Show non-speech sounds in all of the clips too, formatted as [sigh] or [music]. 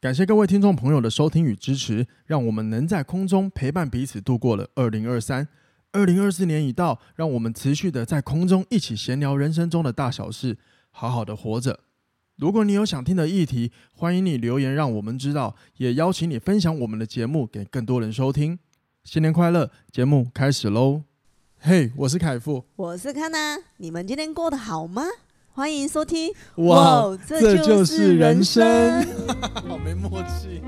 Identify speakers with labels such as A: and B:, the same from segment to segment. A: 感谢各位听众朋友的收听与支持，让我们能在空中陪伴彼此度过了二零二三。二零二四年已到，让我们持续的在空中一起闲聊人生中的大小事，好好的活着。如果你有想听的议题，欢迎你留言让我们知道，也邀请你分享我们的节目给更多人收听。新年快乐！节目开始喽。嘿、我是凯富，
B: 我是康娜，你们今天过得好吗？欢迎收听，
A: 哇，
B: 这就是人生。
A: [laughs] 好没默契。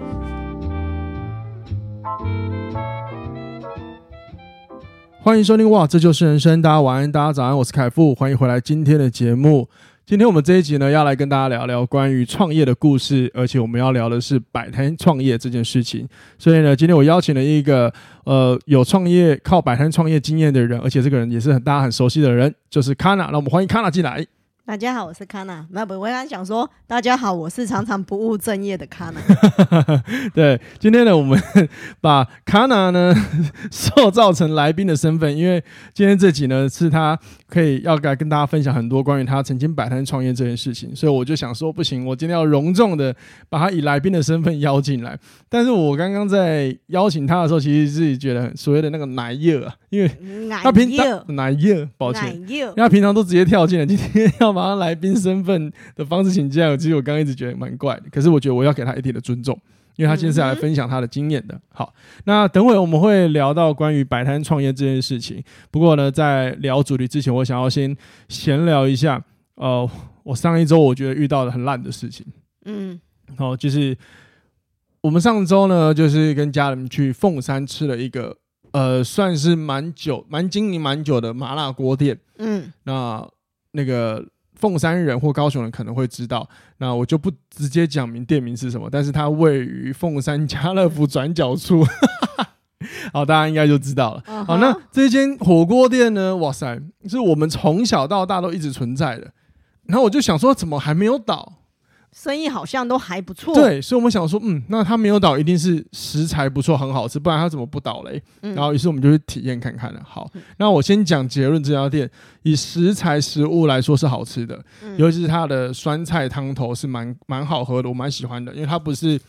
A: 欢迎收听哇，这就是人生。大家晚安，大家早安，我是凯富，欢迎回来今天的节目。今天我们这一集呢，要来跟大家聊聊关于创业的故事，而且我们要聊的是摆摊创业这件事情。所以呢，今天我邀请了一个呃有创业靠摆摊创业经验的人，而且这个人也是很大家很熟悉的人，就是康纳。那我们欢迎康纳进来。
B: 大家好，我是康娜。那不，我刚想说，大家好，我是常常不务正业的康娜。
A: 对，今天呢，我们 [laughs] 把卡纳呢 [laughs] 塑造成来宾的身份，因为今天这集呢是他可以要来跟大家分享很多关于他曾经摆摊创业这件事情，所以我就想说，不行，我今天要隆重的把他以来宾的身份邀进来。但是我刚刚在邀请他的时候，其实自己觉得很所谓的那个奶热啊，因为 [laughs] 他
B: 奶
A: 平
B: 油，
A: 他奶热，抱歉
B: 奶，油 [laughs]
A: 因为，他平常都直接跳进来，今天要把他来宾身份的方式请进来，其实我刚刚一直觉得蛮怪的，可是我觉得我要给他一定的尊重，因为他今天是来分享他的经验的。好，那等会我们会聊到关于摆摊创业这件事情。不过呢，在聊主题之前，我想要先闲聊一下，呃，我上一周我觉得遇到的很烂的事情。
B: 嗯，
A: 好，就是我们上周呢，就是跟家人去凤山吃了一个呃，算是蛮久、蛮经营蛮久的麻辣锅店。
B: 嗯，
A: 那那个凤山人或高雄人可能会知道，那我就不直接讲明店名是什么，但是它位于凤山家乐福转角处， [laughs] 好，大家应该就知道了。
B: 嗯
A: 好，
B: 哼
A: 那这间火锅店呢？哇塞，是我们从小到大都一直存在的。然后我就想说，怎么还没有倒？
B: 生意好像都还不错。，
A: 对，所以我们想说，嗯，那它没有倒，一定是食材不错，很好吃，不然它怎么不倒嘞？
B: 嗯
A: 然后，于是我们就去体验看看了。好
B: 嗯，
A: 那我先讲结论。这家店以食材食物来说是好吃的，
B: 嗯
A: 尤其是它的酸菜汤头是蛮蛮好喝的，我蛮喜欢的，因为它不是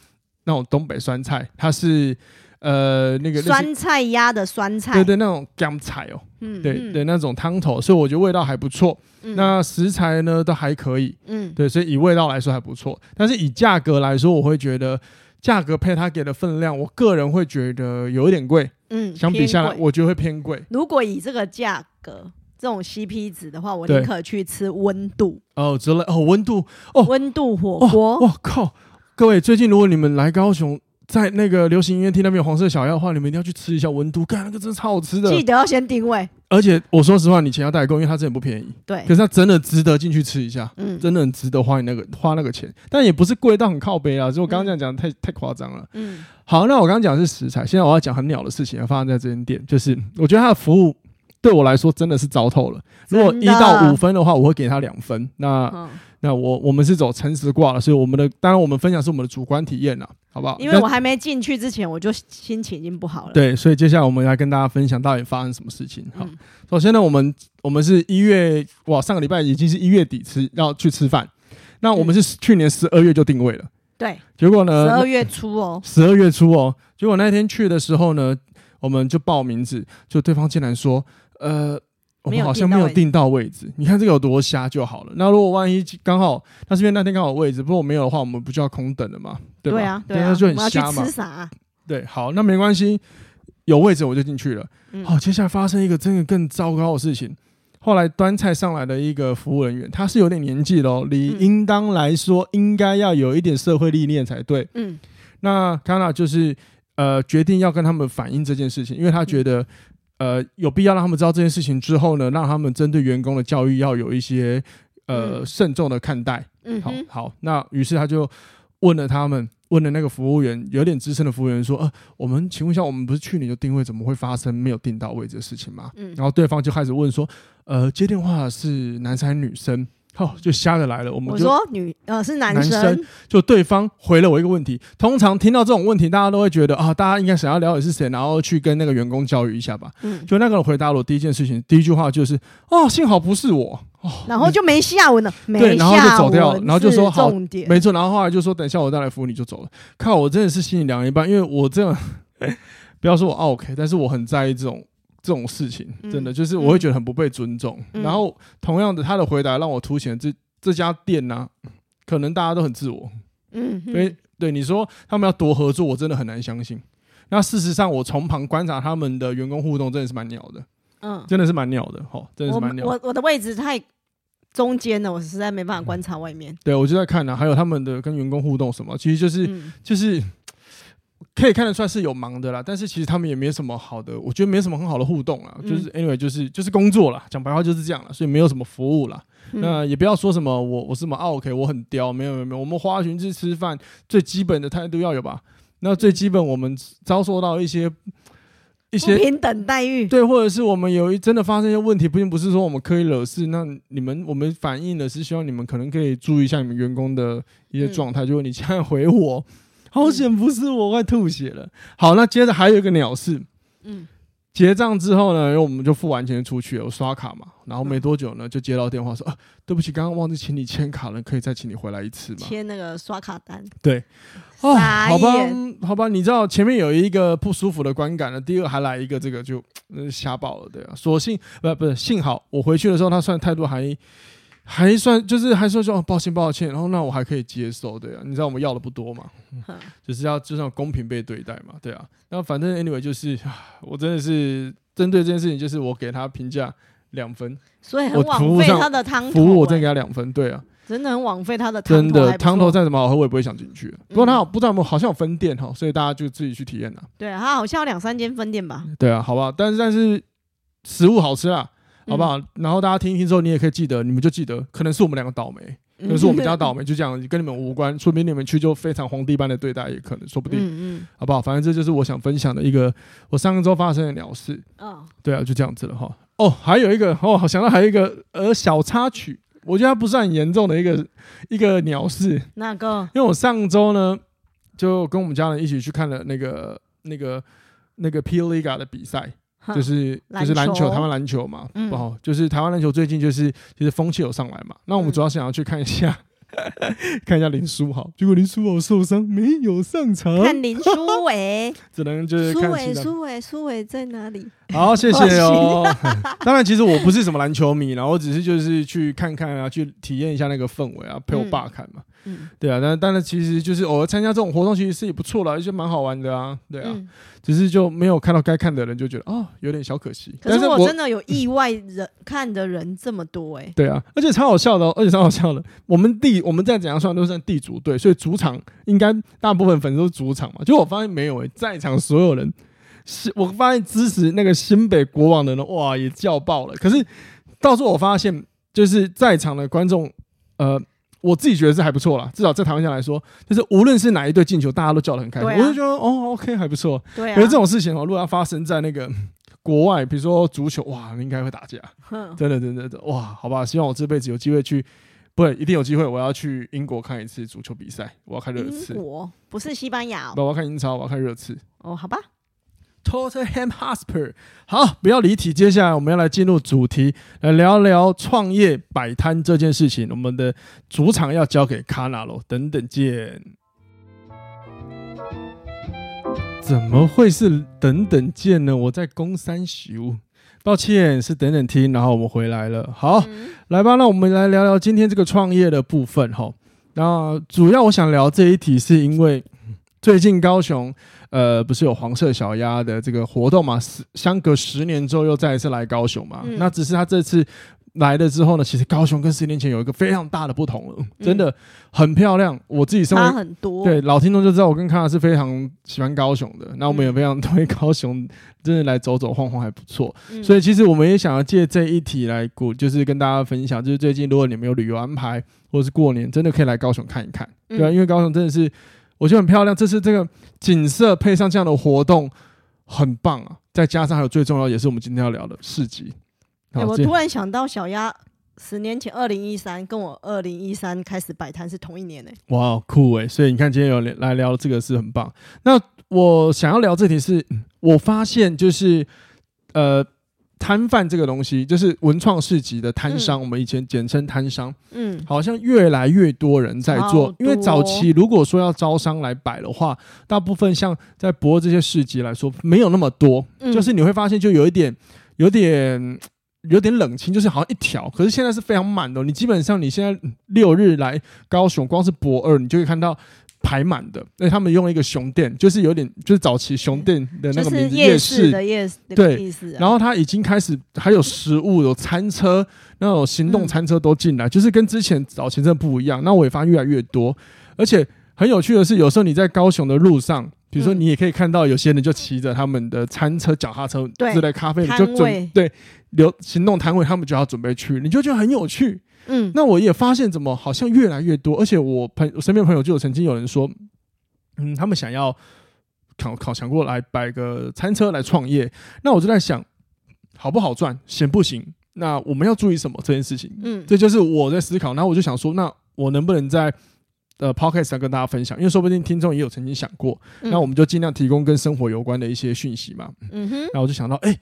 A: 那种东北酸菜，它是呃那个类似
B: 酸菜鸭的酸菜，
A: 对对那种干菜哦，
B: 嗯，嗯，
A: 对对那种汤头，所以我觉得味道还不错。
B: 嗯，
A: 那食材呢都还可以，
B: 嗯，
A: 对，所以以味道来说还不错，但是以价格来说，我会觉得。价格配它给的分量，我个人会觉得有一点贵，
B: 嗯，
A: 相比下来，
B: 偏贵
A: 我觉得会偏贵。
B: 如果以这个价格。这种 CP 值的话，我
A: 对
B: 宁可去吃温度
A: 哦，之类哦，温度哦
B: 温度火
A: 哇
B: 锅，
A: 哇靠！各位，最近如果你们来高雄，在那个流行音乐厅那边有黄色小药的话，你们一定要去吃一下温度，干那个真的超好吃
B: 记
A: 的。
B: 得要先定位。
A: 而且我说实话，你钱要代购，因为它真的不便宜，
B: 对
A: 可，是它真的值得进去吃一下，
B: 嗯
A: 真的很值得花你那个花那个钱，但也不是贵到很靠背啊。所以我刚刚这样讲太太夸张了。
B: 嗯
A: 好，那我刚刚讲的是食材，现在我要讲很鸟的事情，发生在这间店，就是我觉得它的服务对我来说真的是糟透了。如果
B: 真
A: 一
B: 的
A: 到五分的话，我会给它两分。那
B: 嗯，
A: 那我我们是走诚实挂了，所以我们的当然我们分享是我们的主观体验啦，好不好？
B: 因为我
A: 但
B: 还没进去之前，我就心情已经不好了。，
A: 对，所以接下来我们来跟大家分享到底发生什么事情。好，
B: 嗯
A: 首先呢，我们我们是一月哇，上个礼拜已经是一月底吃要去吃饭，那我们是去年十二月就定位了，
B: 对，
A: 结果
B: 十
A: 呢
B: 二月初哦，
A: 十二月初哦，结果那天去的时候呢，我们就报名字，就对方竟然说，呃。我们好像没有订到位置，你看这个有多瞎就好了。那如果万一刚好，那是因为那天刚好有位置，不过没有的话，我们不就要空等了嘛？对吧？
B: 对啊，
A: 那
B: 啊，
A: 就很
B: 我们要去
A: 瞎嘛
B: 吃。啥？
A: 对，好，那没关系，有位置我就进去了。
B: 嗯
A: 好，接下来发生一个真的更糟糕的事情。后来端菜上来的一个服务人员，他是有点年纪喽，理
B: 嗯
A: 应当来说应该要有一点社会历练才对。
B: 嗯
A: 那康纳就是呃决定要跟他们反映这件事情，因为他觉
B: 嗯
A: 得呃有必要让他们知道这件事情之后呢，让他们针对员工的教育要有一些呃
B: 嗯
A: 慎重的看待。
B: 嗯
A: 好
B: 哼，
A: 好，那于是他就问了他们，问了那个服务员，有点资深的服务员说：“呃，我们请问一下，我们不是去年就定位，怎么会发生没有定到位置的事情吗？”
B: 嗯
A: 然后对方就开始问说：“呃，接电话是男生还是女生？”哦，就瞎的来了，我们
B: 我
A: 就
B: 说女呃是男
A: 男生就对方回了我一个问题。通常听到这种问题，大家都会觉得啊，大家应该想要了解是谁，然后去跟那个员工教育一下吧。
B: 嗯，
A: 就那个人回答了我第一件事情，第一句话就是哦，幸好不是我哦，
B: 然后就没下文了，没
A: 对然后就
B: 下
A: 走掉
B: 文
A: 然后就是说好
B: 重点，
A: 没错，然后后来就说等一下我再来服务你就走了。靠，我真的是心里凉一半，因为我这样， [laughs] 不要说我 OK，但是我很在意这种这种事情，
B: 嗯
A: 真的就是我会觉得很不被尊重。
B: 嗯
A: 然后同样的，他的回答让我凸显这这家店呢、可能大家都很自我，
B: 嗯，
A: 因为对你说他们要多合作，我真的很难相信。那事实上，我从旁观察他们的员工互动，真的是蛮鸟的，
B: 嗯，
A: 真的是蛮鸟的，吼，真的
B: 我
A: 是蛮鸟的。
B: 我我的位置太中间了，我实在没办法观察外面。
A: 对，我就在看啊呢、还有他们的跟员工互动什么，其实就是、
B: 嗯
A: 就是可以看得出来是有忙的啦，但是其实他们也没什么好的，我觉得没什么很好的互动啦，
B: 嗯
A: 就是 anyway 就是就是工作啦，讲白话就是这样啦，所以没有什么服务啦。
B: 嗯
A: 那也不要说什么我我是什么、啊、OK 我很刁，没有没有没有，我们花裙子吃饭最基本的态度要有吧。那最基本我们遭受到一些一
B: 不
A: 些。
B: 平等待遇，
A: 对，或者是我们有一真的发生一些问题，并不是说我们刻意惹事，那你们我们反映的是希望你们可能可以注意一下你们员工的一些
B: 嗯
A: 状态。就是你现在回我，好险不是我，快吐血了。好，那接着还有一个鸟事，
B: 嗯
A: 结账之后呢，然后我们就付完钱出去了，我刷卡嘛，然后
B: 嗯
A: 没多久呢，就接到电话说，啊，对不起，刚刚忘记请你签卡了，可以再请你回来一次吗？
B: 签那个刷卡单，
A: 对，哦，
B: 傻
A: 好吧
B: 眼，
A: 好吧，你知道前面有一个不舒服的观感了，第二还来一个这个就呃瞎爆了，对啊，所幸不不是幸好我回去的时候，他算态度还还算就是还说说、哦、抱歉抱歉，然后那我还可以接受，对啊，你知道我们要的不多嘛，
B: 哼
A: 就是要就是要公平被对待嘛，对啊。那反正 anyway 就是，啊我真的是针对这件事情，就是我给他评价两分，
B: 所以很
A: 我服
B: 枉
A: 务
B: 费
A: 上
B: 他的汤头、
A: 服务我再给
B: 欸
A: 他两分，对啊，
B: 真的很枉费他的汤头，啊
A: 真的
B: 还不
A: 汤头
B: 错嗯
A: 再怎么好喝，我也不会想进去。不过他好不知道有没有好像有分店哈，所以大家就自己去体验啦。
B: 对他好像有两三间分店吧，
A: 对啊，好不好？但是但是食物好吃啦，
B: 嗯
A: 好不好？然后大家听一听之后，你也可以记得，你们就记得，可能是我们两个倒霉，可
B: 嗯？
A: 能是我们家倒霉，就这样跟你们无关，说不定你们去就非常皇帝般的对待，也可能说不定，
B: 嗯嗯
A: 好不好？反正这就是我想分享的一个我上个周发生的鸟事。
B: 哦，
A: 对啊，就这样子了哈。哦，还有一个哦，想到还有一个呃小插曲，我觉得它不是很严重的一个一个鸟事，
B: 那个
A: 因为我上周呢就跟我们家人一起去看了那个那个那个 P Liga 的比赛，
B: 哼
A: 就是
B: 篮
A: 就是嗯篮球，
B: 球
A: 台湾篮球嘛，
B: 嗯
A: 哦，就是台湾篮球最近就是就是风气有上来嘛，那我们
B: 嗯
A: 主要想要去看一下。 [laughs] 看一下林书豪，结果林书豪受伤没有上场，
B: 看林书伟，
A: 只能 [laughs] 就是
B: 苏
A: 看
B: 伟，
A: 其他
B: 苏伟，苏伟在哪里？
A: 好，谢谢哦。 [laughs] 当然，其实我不是什么篮球迷啦，然后只是就是去看看啊，去体验一下那个氛围啊，陪我爸看嘛。
B: 嗯，
A: 对啊，但当然其实就是偶尔参加这种活动，其实是也不错啦，就蛮好玩的啊。对啊，
B: 嗯，
A: 只是就没有看到该看的人，就觉得哦，有点小可惜。
B: 可
A: 但
B: 是
A: 是
B: 我真的有意外人看的人这么多哎、
A: 对啊，而且超好笑的、哦，而且超好笑的。我们地我们在怎样算都算地主队，所以主场应该大部分粉丝都是主场嘛。就我发现没有诶、在场所有人是我发现支持那个新北国王的人，哇，也叫爆了。可是到时候我发现，就是在场的观众，呃。我自己觉得是还不错啦，至少在台湾下来说，就是无论是哪一队进球，大家都叫得很开心，
B: 对啊
A: 我就觉得哦，OK 还不错。
B: 对啊，
A: 可是这种事情哦，如果要发生在那个国外，比如说足球，哇，应该会打架，
B: [laughs] 哼
A: 真的，真的，真的哇，好吧，希望我这辈子有机会去，不，一定有机会，我要去英国看一次足球比赛，我要看热
B: 英
A: 刺，
B: 国不是西班牙哦，
A: 不，我要看英超，我要看热刺。
B: 哦好吧，
A: Tottenham Hotspur，好，不要离题。接下来我们要来进入主题，来聊聊创业摆摊这件事情。我们的主场要交给卡纳罗，等等见。怎么会是等等见呢？我在攻三五，抱歉，是等等听。然后我们回来了，好，
B: 嗯
A: 来吧，那我们来聊聊今天这个创业的部分哈。那主要我想聊这一题，是因为最近高雄呃不是有黄色小鸭的这个活动嘛？十相隔十年之后又再一次来高雄嘛？
B: 嗯
A: 那只是他这次来了之后呢，其实高雄跟十年前有一个非常大的不同了，真的很漂亮。我自己身为
B: 嗯差很多，
A: 对，老听众就知道我跟康纳是非常喜欢高雄的，那我们
B: 嗯
A: 也非常推高雄，真的来走走晃晃还不错。
B: 嗯
A: 所以其实我们也想要借这一题来鼓，就是跟大家分享，就是最近如果你们有旅游安排或者是过年，真的可以来高雄看一看，
B: 嗯
A: 对啊，因为高雄真的是我觉得很漂亮，这次这个景色配上这样的活动很棒啊，再加上还有最重要也是我们今天要聊的市集。
B: 哎
A: 好，
B: 我
A: 这
B: 突然想到小鸭十年前，二零一三跟我二零一三开始摆摊是同一年哎呢、
A: 哇，酷诶！所以你看，今天有来聊这个是很棒。那我想要聊这题是，嗯我发现就是呃，摊贩这个东西，就是文创市集的摊商，我们以前简称摊商，
B: 嗯，
A: 好像越来越多人在
B: 超
A: 做
B: 多。
A: 因为早期如果说要招商来摆的话，大部分像在博这些市集来说，没有那么多，
B: 嗯
A: 就是你会发现就有一点，有点。有点冷清，就是好像一条，可是现在是非常满的哦。你基本上你现在嗯六日来高雄，光是博二，你就会看到排满的。那他们用一个熊店，就是有点就是早期熊店的那
B: 就
A: 个
B: 是
A: 名字
B: 夜
A: 市
B: 的夜市
A: 对
B: 意思、啊。
A: 然后他已经开始还有食物、有餐车、那种行动餐车都进来，就是跟之前早期真的不一样。那我也发现越来越多，而且很有趣的是，有时候你在高雄的路上，比如说
B: 嗯
A: 你也可以看到有些人就骑着他们的餐车、脚踏车
B: 对
A: 之类咖啡，你
B: 摊
A: 就
B: 位
A: 准对留行动摊位，他们就要准备去，你就觉得很有趣。
B: 嗯，
A: 那我也发现怎么好像越来越多，而且我朋我身边的朋友就有曾经有人说，嗯，他们想要考考想过来摆个呃餐车来创业，那我就在想，好不好赚，行不行？那我们要注意什么这件事情？
B: 嗯
A: 这就是我在思考。然后我就想说，那我能不能在呃 podcast 上跟大家分享？因为说不定听众也有曾经想过，
B: 嗯
A: 那我们就尽量提供跟生活有关的一些讯息嘛。
B: 嗯哼，
A: 然后我就想到，哎、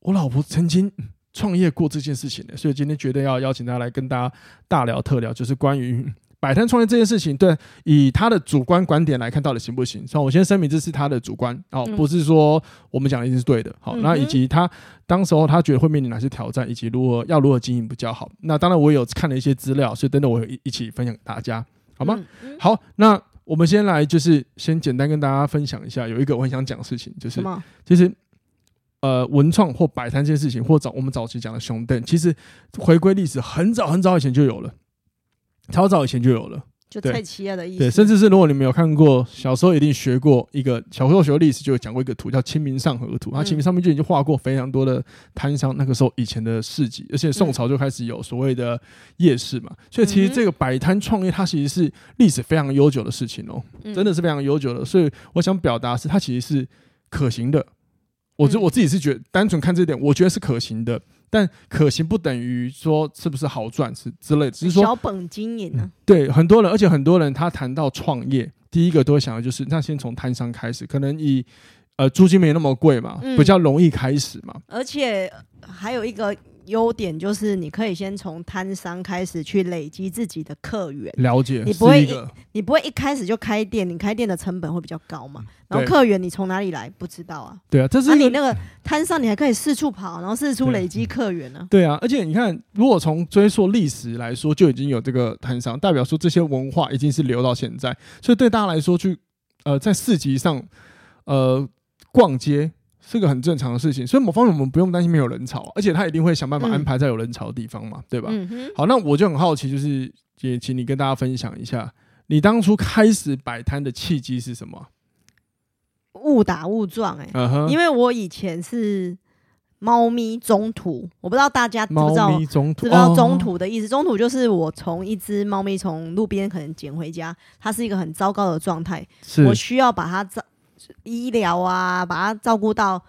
A: 我老婆曾经嗯创业过这件事情的，所以今天决定要邀请她来跟大家大聊特聊，就是关于嗯摆摊创业这件事情。对，以她的主观观点来看，到底行不行？所以我先声明，这是她的主观，哦，
B: 嗯
A: 不是说我们讲的一定是对的。好，
B: 嗯哼
A: 那以及她当时候她觉得会面临哪些挑战，以及如何要如何经营比较好。那当然，我也有看了一些资料，所以等等我会一一起分享给大家，好吗？
B: 嗯？嗯
A: 好，那我们先来，就是先简单跟大家分享一下，有一个我很想讲的事情，就是
B: 什么？
A: 其实呃文创或摆摊这件事情，或早我们早期讲的熊灯，其实回归历史很早很早以前就有了。超早以前就有了，
B: 就
A: 对
B: 蔡奇亚的意思。
A: 对，甚至是如果你们有看过，小时候一定学过一个，小时候学历史就有讲过一个图叫《清明上河图》，它《清明》上面就已经画过非常多的摊商，那个时候以前的市集，而且宋朝就开始有所谓的夜市嘛，所以其实这个摆摊创业，它其实是历史非常悠久的事情哦。
B: 嗯
A: 真的是非常悠久的。所以我想表达是，它其实是可行的。我觉
B: 嗯
A: 我自己是觉得，单纯看这点，我觉得是可行的。但可行不等于说是不是好赚是之类的，只是说嗯
B: 小本经营啊呢、
A: 对很多人，而且很多人他谈到创业，第一个都会想的就是，那先从摊商开始，可能以呃租金没那么贵嘛，
B: 嗯
A: 比较容易开始嘛。
B: 而且呃还有一个优点就是，你可以先从摊商开始去累积自己的客源，
A: 了解，
B: 你不会
A: 是一个
B: 你不会一开始就开店，你开店的成本会比较高嘛。然后
A: 对
B: 客源你从哪里来不知道啊？
A: 对啊，这是
B: 那、
A: 一
B: 你
A: 个
B: 那个摊商你还可以四处跑，然后四处
A: 对
B: 累积客源呢、
A: 对啊，而且你看，如果从追溯历史来说，就已经有这个摊商，代表说这些文化已经是留到现在，所以对大家来说，去呃在市集上呃逛街是个很正常的事情，所以某方面我们不用担心没有人潮，而且他一定会想办法
B: 嗯
A: 安排在有人潮的地方嘛，对吧？
B: 嗯哼，
A: 好，那我就很好奇，就是也请你跟大家分享一下，你当初开始摆摊的契机是什么啊？
B: 误打误撞哎、
A: 嗯哼，
B: 因为我以前是猫咪中途，我不知道大家知不知道
A: 猫咪中途，
B: 知不知道
A: 哦
B: 中途的意思？中途就是我从一只猫咪从路边可能捡回家，它是一个很糟糕的状态，
A: 是
B: 我需要把它照医疗啊，把它照顾到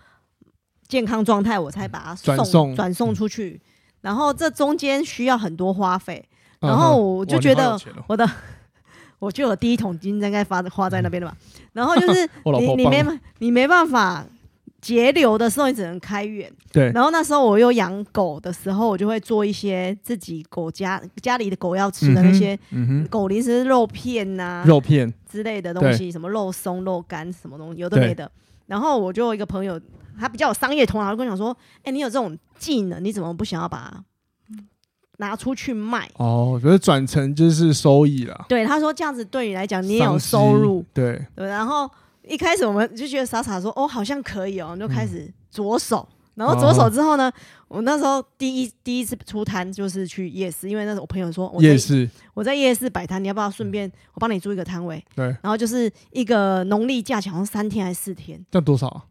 B: 健康状态，我才把它
A: 嗯转送
B: 转送出去。然后这中间需要很多花费，
A: 嗯哼
B: 然后我就
A: 哇你
B: 觉
A: 好有
B: 得
A: 钱哦
B: 我的我觉得我第一桶金应该花花在那边了
A: [laughs]
B: 吧。然后就是
A: 我老
B: 你
A: 婆
B: 你没
A: 棒
B: 你没办法节流的时候，你只能开源。
A: 对，
B: 然后那时候我又养狗的时候，我就会做一些自己狗家家里的狗要吃的那些
A: 嗯哼，嗯
B: 狗零食、肉片呐、
A: 哼肉片。
B: 之类的东西，什么肉松、肉干什么东西，有的
A: 对
B: 没的。然后我就有一个朋友，他比较有商业头脑，他跟我讲说：“哎、你有这种技能，你怎么不想要把它拿出去卖
A: 哦，就是转成就是收益啦？”。
B: 对，他说这样子对你来讲，你也有
A: 商机
B: 收入。，
A: 对，
B: 对，然后一开始我们就觉得傻傻说，哦，好像可以哦，我们就
A: 嗯
B: 开始着手。然后
A: 哦
B: 着手之后呢，我那时候第一第一次出摊就是去夜市，因为那时候我朋友说我在
A: 夜市，
B: 我在夜市摆摊，你要不要顺便我帮你租一个摊位？
A: 对，
B: 然后就是一个农历假期，好像三天还是四天，
A: 这样多少啊？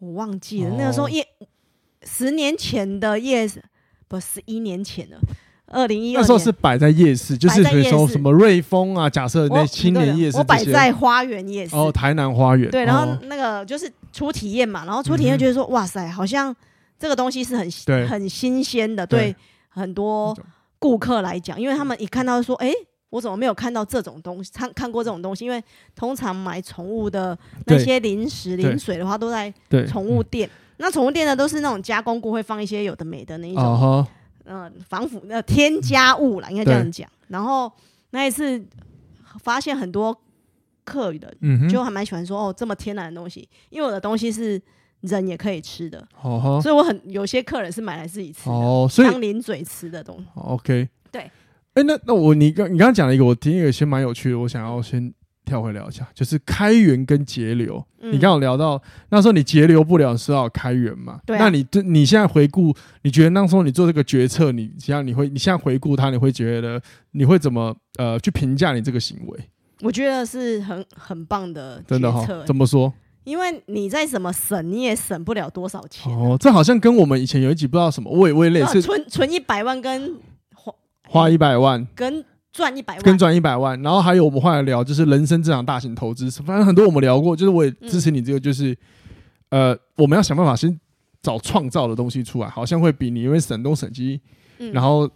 B: 我忘记了。
A: 哦
B: 那个时候夜十年前的夜市，不十一年前了，二零一二
A: 那时候是摆在夜市，就是
B: 摆在
A: 比如
B: 夜市
A: 说什么瑞丰啊，假设
B: 我
A: 那青年夜市
B: 我摆
A: 这些
B: 在花园夜市
A: 哦台南花园，
B: 对，然后
A: 哦
B: 那个就是初体验嘛，然后初体验
A: 嗯哼
B: 觉得说，哇塞，好像这个东西是很
A: 对嗯
B: 很新鲜的，
A: 对
B: 对很多顾客来讲，因为他们一看到说，哎、我怎么没有看到这种东西，看看过这种东西？因为通常买宠物的那
A: 对
B: 些零食、
A: 对
B: 零水的话，都在
A: 对，嗯
B: 宠物店。那宠物店呢，都是那种加工过，会放一些有的没的那一种
A: 啊哈，
B: 呃防腐呃添加物啦，应该这样
A: 对
B: 讲。然后那一次发现很多客人
A: 嗯哼，
B: 就还蛮喜欢说哦这么天然的东西，因为我的东西是人也可以吃的，
A: 好哈，
B: 所以我很有些客人是买来自己吃的，
A: 哦，所以
B: 当零嘴吃的东西。
A: OK，
B: 对。
A: 哎、那那我你刚你刚刚讲了一个，我听一个先蛮有趣的，我想要先跳回聊一下，就是开源跟节流。
B: 嗯
A: 你刚有聊到那时候你节流不了，是要开源嘛？
B: 对啊
A: 那你对你现在回顾，你觉得那时候你做这个决策，你像你会你现在回顾它，你会觉得你会怎么呃去评价你这个行为？
B: 我觉得是很很棒的决
A: 真的哈、
B: 策，欸
A: 怎么说？
B: 因为你在怎么省，你也省不了多少钱。
A: 哦，这好像跟我们以前有一集不知道什么，我也我也类
B: 那
A: 似
B: 存存一百万跟花
A: 花一百万，
B: 跟赚一百万，
A: 跟赚一百万，然后还有我们后来聊就是人生这场大型投资，反正很多我们聊过，就是我也支
B: 嗯
A: 持你这个，就是、呃，我们要想办法先找创造的东西出来，好像会比你因为省东省西，
B: 嗯
A: 然后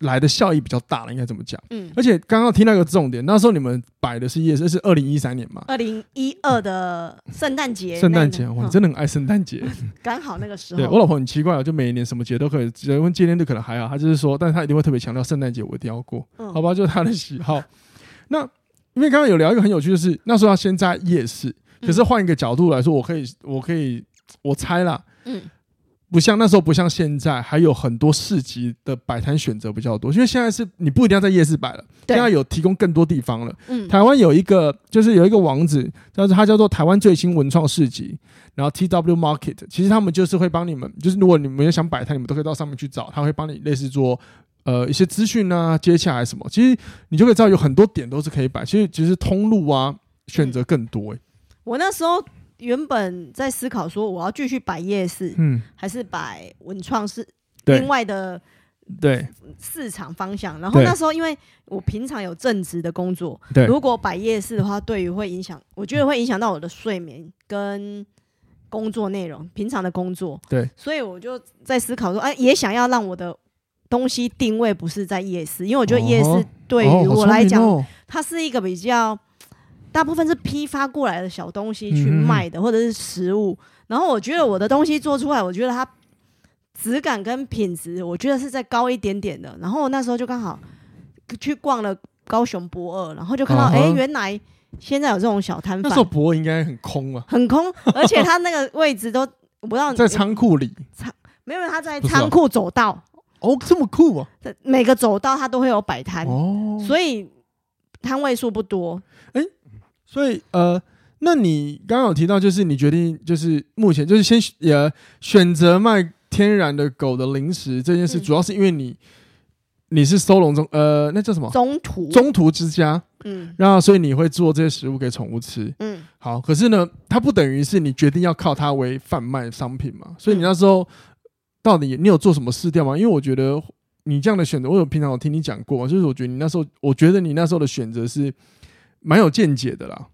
A: 来的效益比较大了，应该怎么讲？
B: 嗯，
A: 而且刚刚听到一个重点，那时候你们摆的是夜市，是二零一三年嘛，
B: 二零一二的圣诞节那一年，
A: 圣诞节，哇，你
B: 嗯哦
A: 真的很爱圣诞节。
B: 刚好那个时
A: 对我
B: 候，
A: 老婆很奇怪，哦就每年什么节都可以，结婚纪念日可能还好，她就是说，但是她一定会特别强调圣诞节我一定要过。好
B: 嗯，
A: 吧，就是他的喜好。 [laughs] 那因为刚刚有聊一个很有趣，就是那时候要先在夜市，
B: 嗯
A: 可是换一个角度来说，我可以，我可以，我猜啦，
B: 嗯，
A: 不像那时候，不像现在，还有很多市集的摆摊选择比较多，因为现在是你不一定要在夜市摆了，现
B: 对
A: 在有提供更多地方了。
B: 嗯，
A: 台湾有一个，就是有一个网址，叫做它叫做台湾最新文创市集，然后 T W Market，其实他们就是会帮你们，就是如果你们有想摆摊，你们都可以到上面去找，他会帮你类似做呃一些资讯啊、接洽还是什么，其实你就可以知道有很多点都是可以摆，其实其实通路啊选择更多、欸，
B: 我那时候原本在思考说，我要继续摆夜市，
A: 嗯，
B: 还是摆文创市
A: 对
B: 另外的
A: 对
B: 市场方向。然后
A: 对
B: 那时候，因为我平常有正职的工作，
A: 对
B: 如果摆夜市的话，对于会影响，我觉得会影响到我的睡眠跟工作内容，平常的工作。
A: 对，
B: 所以我就在思考说，哎、也想要让我的东西定位不是在夜市，因为我觉得夜
A: 哦
B: 市对于我来讲，
A: 哦
B: 它是一个比较大部分是批发过来的小东西
A: 嗯
B: 去
A: 哼
B: 卖的，或者是食物。然后我觉得我的东西做出来，我觉得它质感跟品质，我觉得是再高一点点的。然后我那时候就刚好去逛了高雄博二，然后就看到
A: 啊哈
B: 哎、诶原来现在有这种小摊
A: 那时候
B: 贩，
A: 博应该很空嘛，[laughs]
B: 很空，而且它那个位置都我不知道
A: 在仓库里，
B: 没有，它在
A: 不是哦
B: 仓库走道，
A: 哦，这么酷啊，
B: 每个走道它都会有摆摊，
A: 哦，
B: 所以摊位数不多。
A: 所以呃，那你刚刚有提到，就是你决定就是目前就是先选呃选择卖天然的狗的零食这件事，
B: 嗯
A: 主要是因为你你是收容中呃那叫什么
B: 中途，
A: 中途之家，
B: 嗯
A: 那所以你会做这些食物给宠物吃。
B: 嗯，
A: 好，可是呢，它不等于是你决定要靠它为贩卖商品嘛，所以你那时候到底你有做什么试调吗？因为我觉得。你这样的选择，我有平常有听你讲过，就是我觉得你那时候，我觉得你那时候的选择是蛮有见解的啦。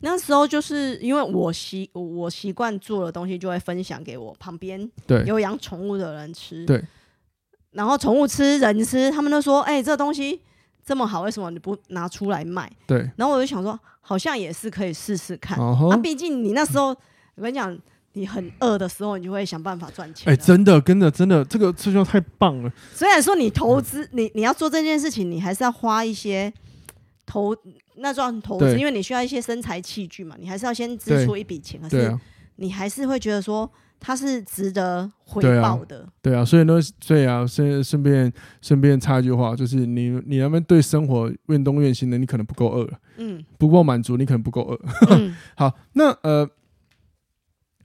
B: 那时候就是因为我习我习惯做的东西，就会分享给我旁边
A: 对，
B: 有养宠物的人吃。
A: 对，
B: 然后宠物吃人吃，他们都说：“哎、这东西这么好，为什么你不拿出来卖
A: 对，？”
B: 然后我就想说，好像也是可以试试看。
A: 哦吼
B: 啊，毕竟你那时候，我跟你讲，你很饿的时候，你就会想办法赚
A: 哎、
B: 钱了。
A: 真的，真的，真的，这个师兄太棒了。
B: 虽然说你投资，你你要做这件事情，你还是要花一些投，那算投资，
A: 对
B: 因为你需要一些身材器具嘛，你还是要先支出一笔钱。可
A: 对
B: 是
A: 啊，
B: 你还是会觉得说它是值得回
A: 对啊
B: 报的。
A: 对啊，所以呢，所以啊，顺顺便顺便插一句话，就是你你那边对生活怨东怨西的，你可能不够饿，
B: 嗯
A: 不够满足，你可能不够饿。
B: 嗯，
A: [laughs] 好，那呃，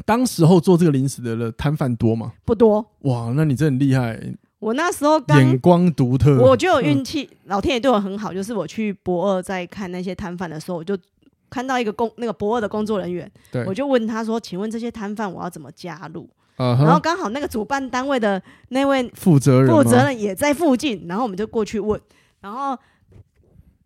A: 当时候做这个零食的了摊贩多吗？
B: 不多。
A: 哇，那你真的很厉害，
B: 我那时候
A: 眼
B: 刚，
A: 光独特。嗯
B: 我就有运气，老天爷对我很好，就是我去博二在看那些摊贩的时候，我就看到一个工那个博二的工作人员，
A: 对
B: 我，就问他说：“请问这些摊贩我要怎么加入？”
A: 啊
B: 然后
A: 哈，
B: 刚好那个主办单位的那位
A: 负责人，
B: 负责，人也在附近，然后我们就过去问，然后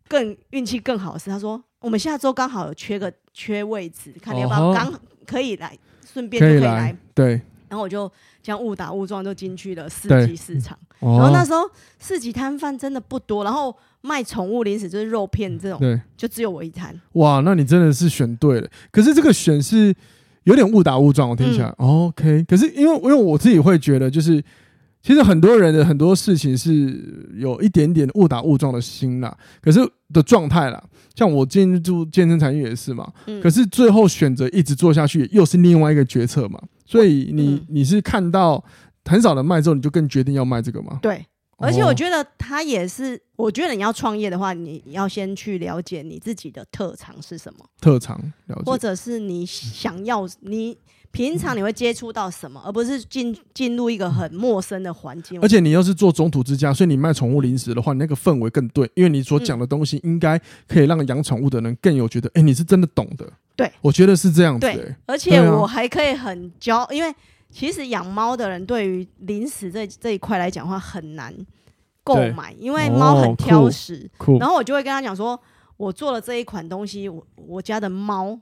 B: 更运气更好的是，他说我们下周刚好有缺个缺位置，看你要不
A: 哦吼
B: 要刚可以来，顺便就
A: 可
B: 可以
A: 以
B: 来。
A: 来，对，
B: 然然后我就这样误打误撞就进去了市
A: 对
B: 集市场。
A: 哦
B: 然后那时候市集摊贩真的不多，然后卖宠物零食就是肉片这种，
A: 对，哦
B: 就只有我一摊。
A: 哇，那你真的是选对了。可是这个选是有点误打误撞，我听起来、OK。可
B: 嗯
A: 是因为因为我自己会觉得，就是其实很多人的很多事情是有一点点误打误撞的心啦，可是的状态啦。像我进入健身产业也是嘛，
B: 嗯，
A: 可是最后选择一直做下去，又是另外一个决策嘛。所以你、
B: 嗯
A: 你是看到很少人卖之后，你就更决定要卖这个吗？哦
B: 对，而且我
A: 得、
B: 觉得他也是，我觉得你要创业的话，你要先去了解你自己的特长是什么，
A: 特长了
B: 或
A: 解，
B: 者是你想要你平常你会接触到什么，而不是进进入一个很陌生的环境。
A: 而且你又是做中途之家，所以你卖宠物零食的话，你那个氛围更对，因为你所讲的东西应该可以让养宠物的人更有觉得，哎、你是真的懂的。
B: 对，
A: 我觉得是这样子、
B: 对
A: 诶
B: 而
A: 对
B: 且
A: 啊
B: 我还可以很骄傲，因为其实养猫的人对于零食这这一块来讲的话很难购
A: 对
B: 买，因为猫
A: 哦
B: 很挑
A: 酷
B: 食。
A: 酷
B: 然后我就会跟他讲说，我做了这一款东西，我我家的猫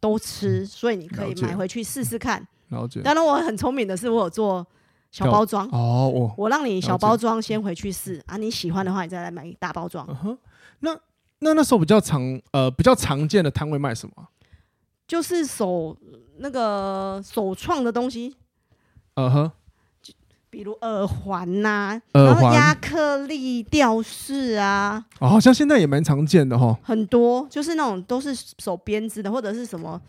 B: 都吃，所以你
A: 嗯
B: 可
A: 了
B: 以
A: 解
B: 买回去试试看。
A: 了解。
B: 当然，我很聪明的是，我有做小包装，
A: 哦，我
B: 我让你
A: 了
B: 小
A: 解
B: 包装先回去试啊，你喜欢的话，你再来买大包装。
A: 嗯哼，那那那时候比较常呃比较常见的摊位卖什么啊？
B: 就是手那个手创的东西，
A: 嗯哼，
B: 比如耳环呐、
A: 耳
B: 然后
A: 环
B: 亚克力吊饰啊，
A: 哦，好像现在也蛮常见的哈。
B: 很多就是那种都是手编织的，或者是什么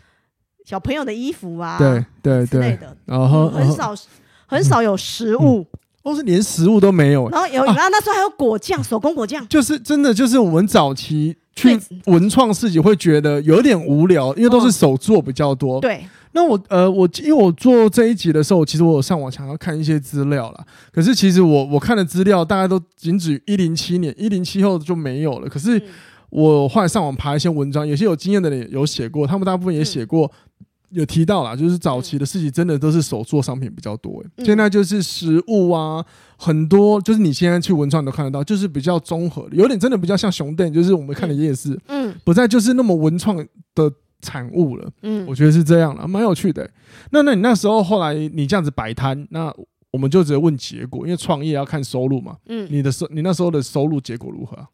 B: 小朋友的衣服啊，
A: 对对呃哦
B: 之类
A: 对，
B: 的，
A: 然后
B: 嗯很，少很少有食物，
A: 哦是连食物都没有、诶
B: 然后有，
A: 啊
B: 然后那时候还有果酱，手工果酱，
A: 就是真的就是我们早期去文创市集会觉得有点无聊，因为
B: 嗯
A: 都是手做比较多。
B: 对，
A: 那我呃，我因为我做这一集的时候，其实我有上网想要看一些资料啦。可是其实我我看的资料大概都仅止于一零七年，一零七后就没有了。可是
B: 嗯
A: 我后来上网爬一些文章，有些有经验的人有写过，他们大部分也
B: 嗯
A: 写过。有提到啦，就是早期的事情真的都是手做商品比较多、欸，
B: 嗯
A: 现在就是食物啊，很多就是你现在去文创你都看得到，就是比较综合的，有点真的比较像熊店，就是我们看的夜市，
B: 嗯
A: 不再就是那么文创的产物了。我
B: 嗯，
A: 觉得是这样了，蛮有趣的欸、那那你那时候后来你这样子摆摊，那我们就直接问结果，因为创业要看收入嘛。
B: 嗯，
A: 你的收，你那时候的收入结果如何啊？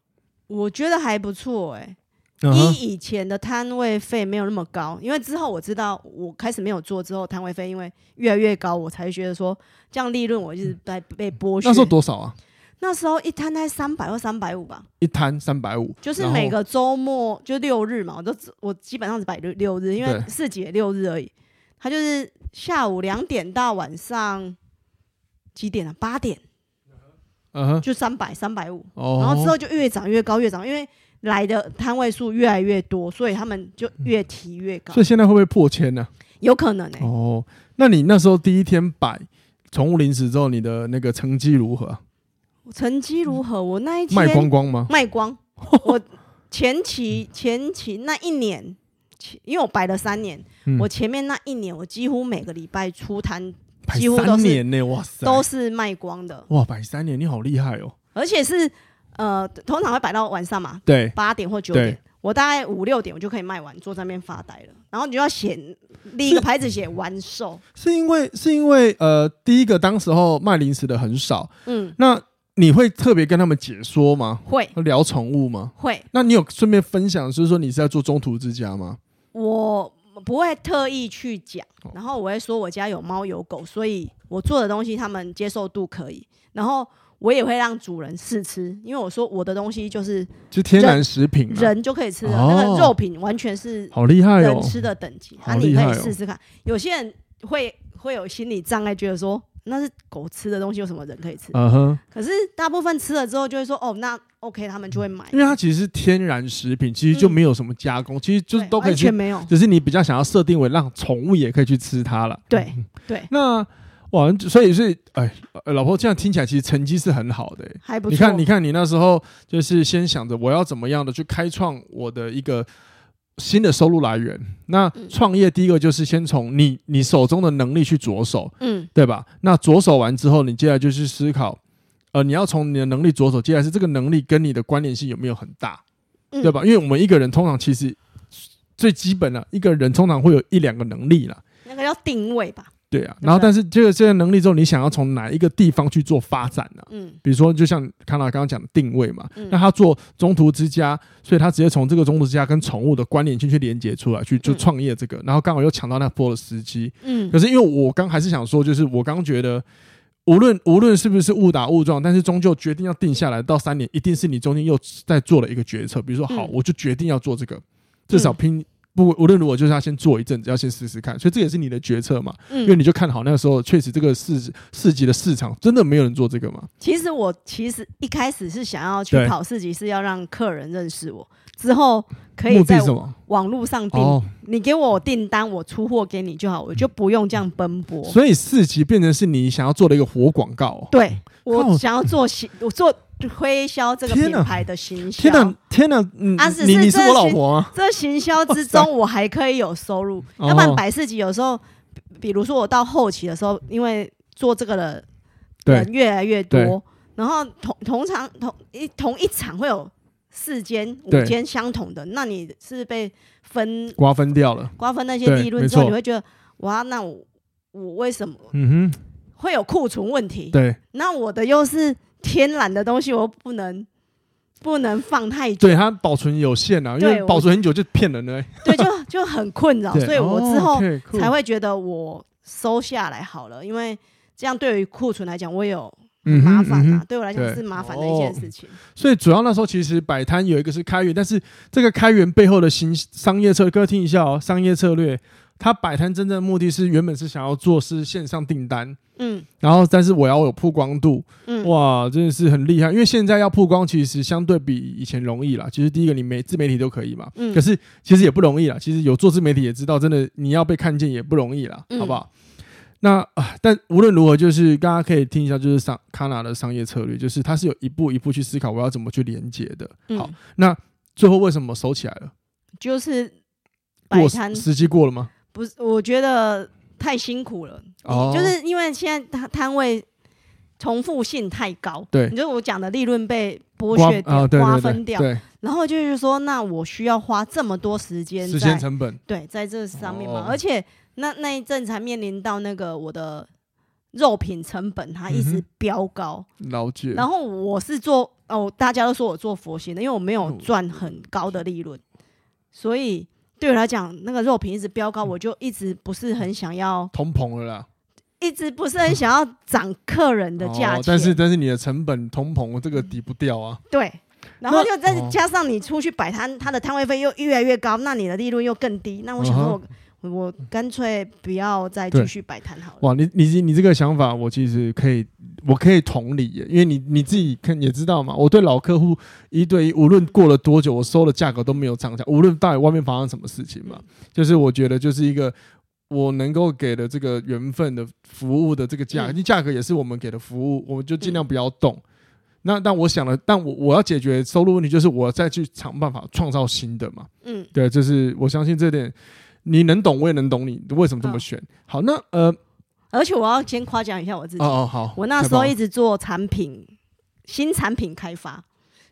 B: 我觉得还不错哎、
A: 嗯
B: 一
A: 哼，
B: 以前的摊位费没有那么高，因为之后我知道我开始没有做之后，摊位费因为越来越高，我才觉得说这样利润我一直在被剥削。
A: 那时候多少啊？
B: 那时候一摊才三百或三百五吧，
A: 一摊三百五，
B: 就是
A: 然后
B: 每个周末就六日嘛，我都只我基本上只摆六六日，因为
A: 对
B: 市集也六日而已。他就是下午两点到晚上几点啊？八点
A: 嗯哼，
B: 就三百三百五，
A: 哦，
B: 然后之后就越涨越高，越涨，因为来的摊位数越来越多，所以他们就越提越高
A: 嗯所以，现在会不会破千呢、
B: 有可能哎、
A: 哦，那你那时候第一天摆宠物零食之后，你的那个成绩如何啊？
B: 成绩如何？我那一天
A: 卖光光嗯吗？
B: 卖
A: [laughs]
B: 光我前期前期那一年，前因为我摆了三年，
A: 嗯
B: 我前面那一年我几乎每个礼拜出摊
A: 摆
B: 几乎都
A: 三
B: 是
A: 年呢、哇塞，
B: 都是卖光的，
A: 哇，摆三年，你好厉害哦。
B: 而且是呃，通常会摆到晚上嘛，
A: 对，
B: 八点或九
A: 对
B: 点。我大概五六点我就可以卖完，坐在那边发呆了。然后你就要写另一个牌子写完售，
A: 是因为是因为呃，第一个当时候卖零食的很少，
B: 嗯，
A: 那你会特别跟他们解说吗？
B: 会
A: 聊宠物吗？
B: 会，
A: 那你有顺便分享，就是说你是在做中途之家吗？
B: 我不会特意去讲
A: 哦，
B: 然后我会说我家有猫有狗，所以我做的东西他们接受度可以，然后我也会让主人试吃，因为我说我的东西就是
A: 就天然食品、啊，
B: 人就可以吃的，
A: 哦
B: 那个肉品完全是
A: 好厉害
B: 人
A: 哦！
B: 吃的等级，
A: 好
B: 啊，你
A: 厉
B: 可
A: 害
B: 以
A: 哦
B: 试试看。有些人会会有心理障碍，觉得说那是狗吃的东西，有什么人可以吃？
A: 嗯哼，
B: 可是大部分吃了之后就会说哦，那 OK，他们就会买，
A: 因为它其实是天然食品，其实就
B: 嗯
A: 没有什么加工，其实就是
B: 对
A: 都可以
B: 完
A: 去
B: 全，没有，
A: 只是你比较想要设定为让宠物也可以去吃它了。
B: 对对，
A: 那哇，所以是哎，呃老婆这样听起来其实成绩是很好的、欸
B: 还不错。
A: 你看，你看，你那时候就是先想着我要怎么样的去开创我的一个新的收入来源。那
B: 嗯
A: 创业第一个就是先从你你手中的能力去着手，
B: 嗯
A: 对吧？那着手完之后，你接下来就去思考，呃，你要从你的能力着手，接下来是这个能力跟你的关联性有没有很大，
B: 嗯，
A: 对吧？因为我们一个人通常其实最基本的、一个人通常会有一两个能力啦。
B: 那个要定位吧，
A: 对啊，
B: 对
A: 然后
B: 不对
A: 但是这个这个能力之后，你想要从哪一个地方去做发展呢、
B: 嗯
A: 比如说，就像康纳刚刚讲的定位嘛，
B: 嗯
A: 那他做中途之家，所以他直接从这个中途之家跟宠物的关联性去连接出来，去就
B: 嗯
A: 创业这个，然后刚好又抢到那波的时机。
B: 嗯
A: 可是因为我刚还是想说，就是我刚觉得，无论无论是不是误打误撞，但是终究决定要定下来到三年，一定是你中间又在做了一个决策，比如说好，
B: 嗯
A: 我就决定要做这个，至少拼。不，无论如何，就是要先做一阵子，要先试试看，所以这也是你的决策嘛。因为
B: 嗯，
A: 你就看好那个时候，确实这个市市级的市场真的没有人做这个嘛。
B: 其实我其实一开始是想要去
A: 对
B: 跑市集，是要让客人认识我，之后可以
A: 目的
B: 在
A: 是什么？
B: 网络上订，
A: 哦，
B: 你给我订单，我出货给你就好，我就不用这样奔波。
A: 所以市集变成是你想要做的一个活广告、哦。
B: 对
A: 靠
B: 我想要
A: [laughs]
B: 做行，我做推销这个
A: 天
B: 品
A: 哪
B: 牌的行销。
A: 天哪，天哪，嗯，
B: 啊是
A: 你
B: 是
A: 你是
B: 这
A: 我老
B: 是
A: 婆啊？
B: 这行销之中，我还可以有收入。
A: 哦
B: 要不然百事集有时候，比比如说我到后期的时候，因为做这个的人
A: 对，
B: 越来越
A: 对
B: 多，然后同同场同一同一场会有四间五
A: 对
B: 间相同的，那你是被分
A: 瓜分掉了。
B: 瓜分那些
A: 对
B: 利
A: 没
B: 润之后，
A: 错
B: 你会觉得哇，那我我为什么
A: 嗯哼，
B: 会有库存问题？
A: 对
B: 那我的又是天然的东西，我又不能不能放太久，
A: 对，它保存有限啊，因
B: 对
A: 为保存很久就骗人了、欸。
B: 对，就就很困扰，
A: 对
B: 所以我之
A: 哦
B: 后
A: ，OK，cool
B: 才会觉得我收下来好了，因为这样对于库存来讲，我也有
A: 嗯哼
B: 麻烦
A: 嗯
B: 啊，
A: 哼
B: 对我来讲
A: 对
B: 是麻烦的一件事情。
A: 所以主要那时候其实摆摊有一个是开源，但是这个开源背后的新商业策略，各位听一下哦，商业策略，它摆摊真正的目的是原本是想要做是线上订单，
B: 嗯
A: 然后但是我要有曝光度，
B: 嗯，
A: 哇，真的是很厉害，因为现在要曝光其实相对比以前容易啦。其实第一个你媒自媒体都可以嘛，
B: 嗯
A: 可是其实也不容易啦。其实有做自媒体也知道，真的你要被看见也不容易啦，
B: 嗯
A: 好不好？那啊，但无论如何，就是大家可以听一下，就是商康纳的商业策略，就是它是有一步一步去思考我要怎么去连接的。
B: 嗯
A: 好，那最后为什么收起来了？
B: 就是摆
A: 过
B: 摊
A: 时机过了吗？
B: 不是，我觉得太辛苦了，
A: 哦
B: 嗯就是因为现在摊摊位重复性太高，
A: 对
B: 你就我讲的利润被剥
A: 瓜
B: 削
A: 啊，
B: 掉、
A: 对
B: 瓜
A: 对
B: 分
A: 对
B: 掉，
A: 对，
B: 然后就是说，那我需要花这么多时间
A: 时
B: 在
A: 间成本
B: 对，在这上面嘛，
A: 哦
B: 而且那那一阵才面临到那个我的肉品成本它一
A: 嗯
B: 直飙高，
A: 了解，
B: 然后我是做哦，大家都说我做佛心的，因为我没有
A: 嗯
B: 赚很高的利润，所以对我来讲，那个肉品一直飙
A: 嗯
B: 高，我就一直不是很想要，
A: 通膨了啦。
B: 一直不是很想要涨客人的价钱，嗯
A: 哦，但是但是你的成本通膨这个抵不掉啊。
B: 对。然后
A: 那
B: 又再
A: 哦
B: 加上你出去摆摊，它的摊位费又越来越高，那你的利润又更低。那我想说
A: 嗯
B: 我，我我干脆不要再
A: 对
B: 继续摆摊好了。
A: 哇，你你你这个想法，我其实可以，我可以同理耶，因为你你自己看也知道嘛，我对老客户一对一，无论过了多久，我收的价格都没有涨价，无论到底外面发生什么事情
B: 嗯
A: 嘛，就是我觉得就是一个我能够给的这个缘分的服务的这个价，
B: 嗯
A: 因为价格也是我们给的服务，我们就尽量不要动。那但我想了，但我我要解决收入问题，就是我再去想办法创造新的嘛。
B: 嗯，
A: 对，就是我相信这点，你能懂，我也能懂你为什么这么
B: 嗯
A: 选。好，那呃，
B: 而且我要先夸奖一下我自己，
A: 哦哦，好，
B: 我那
A: 太
B: 时候
A: 棒
B: 一直做产品、新产品开发，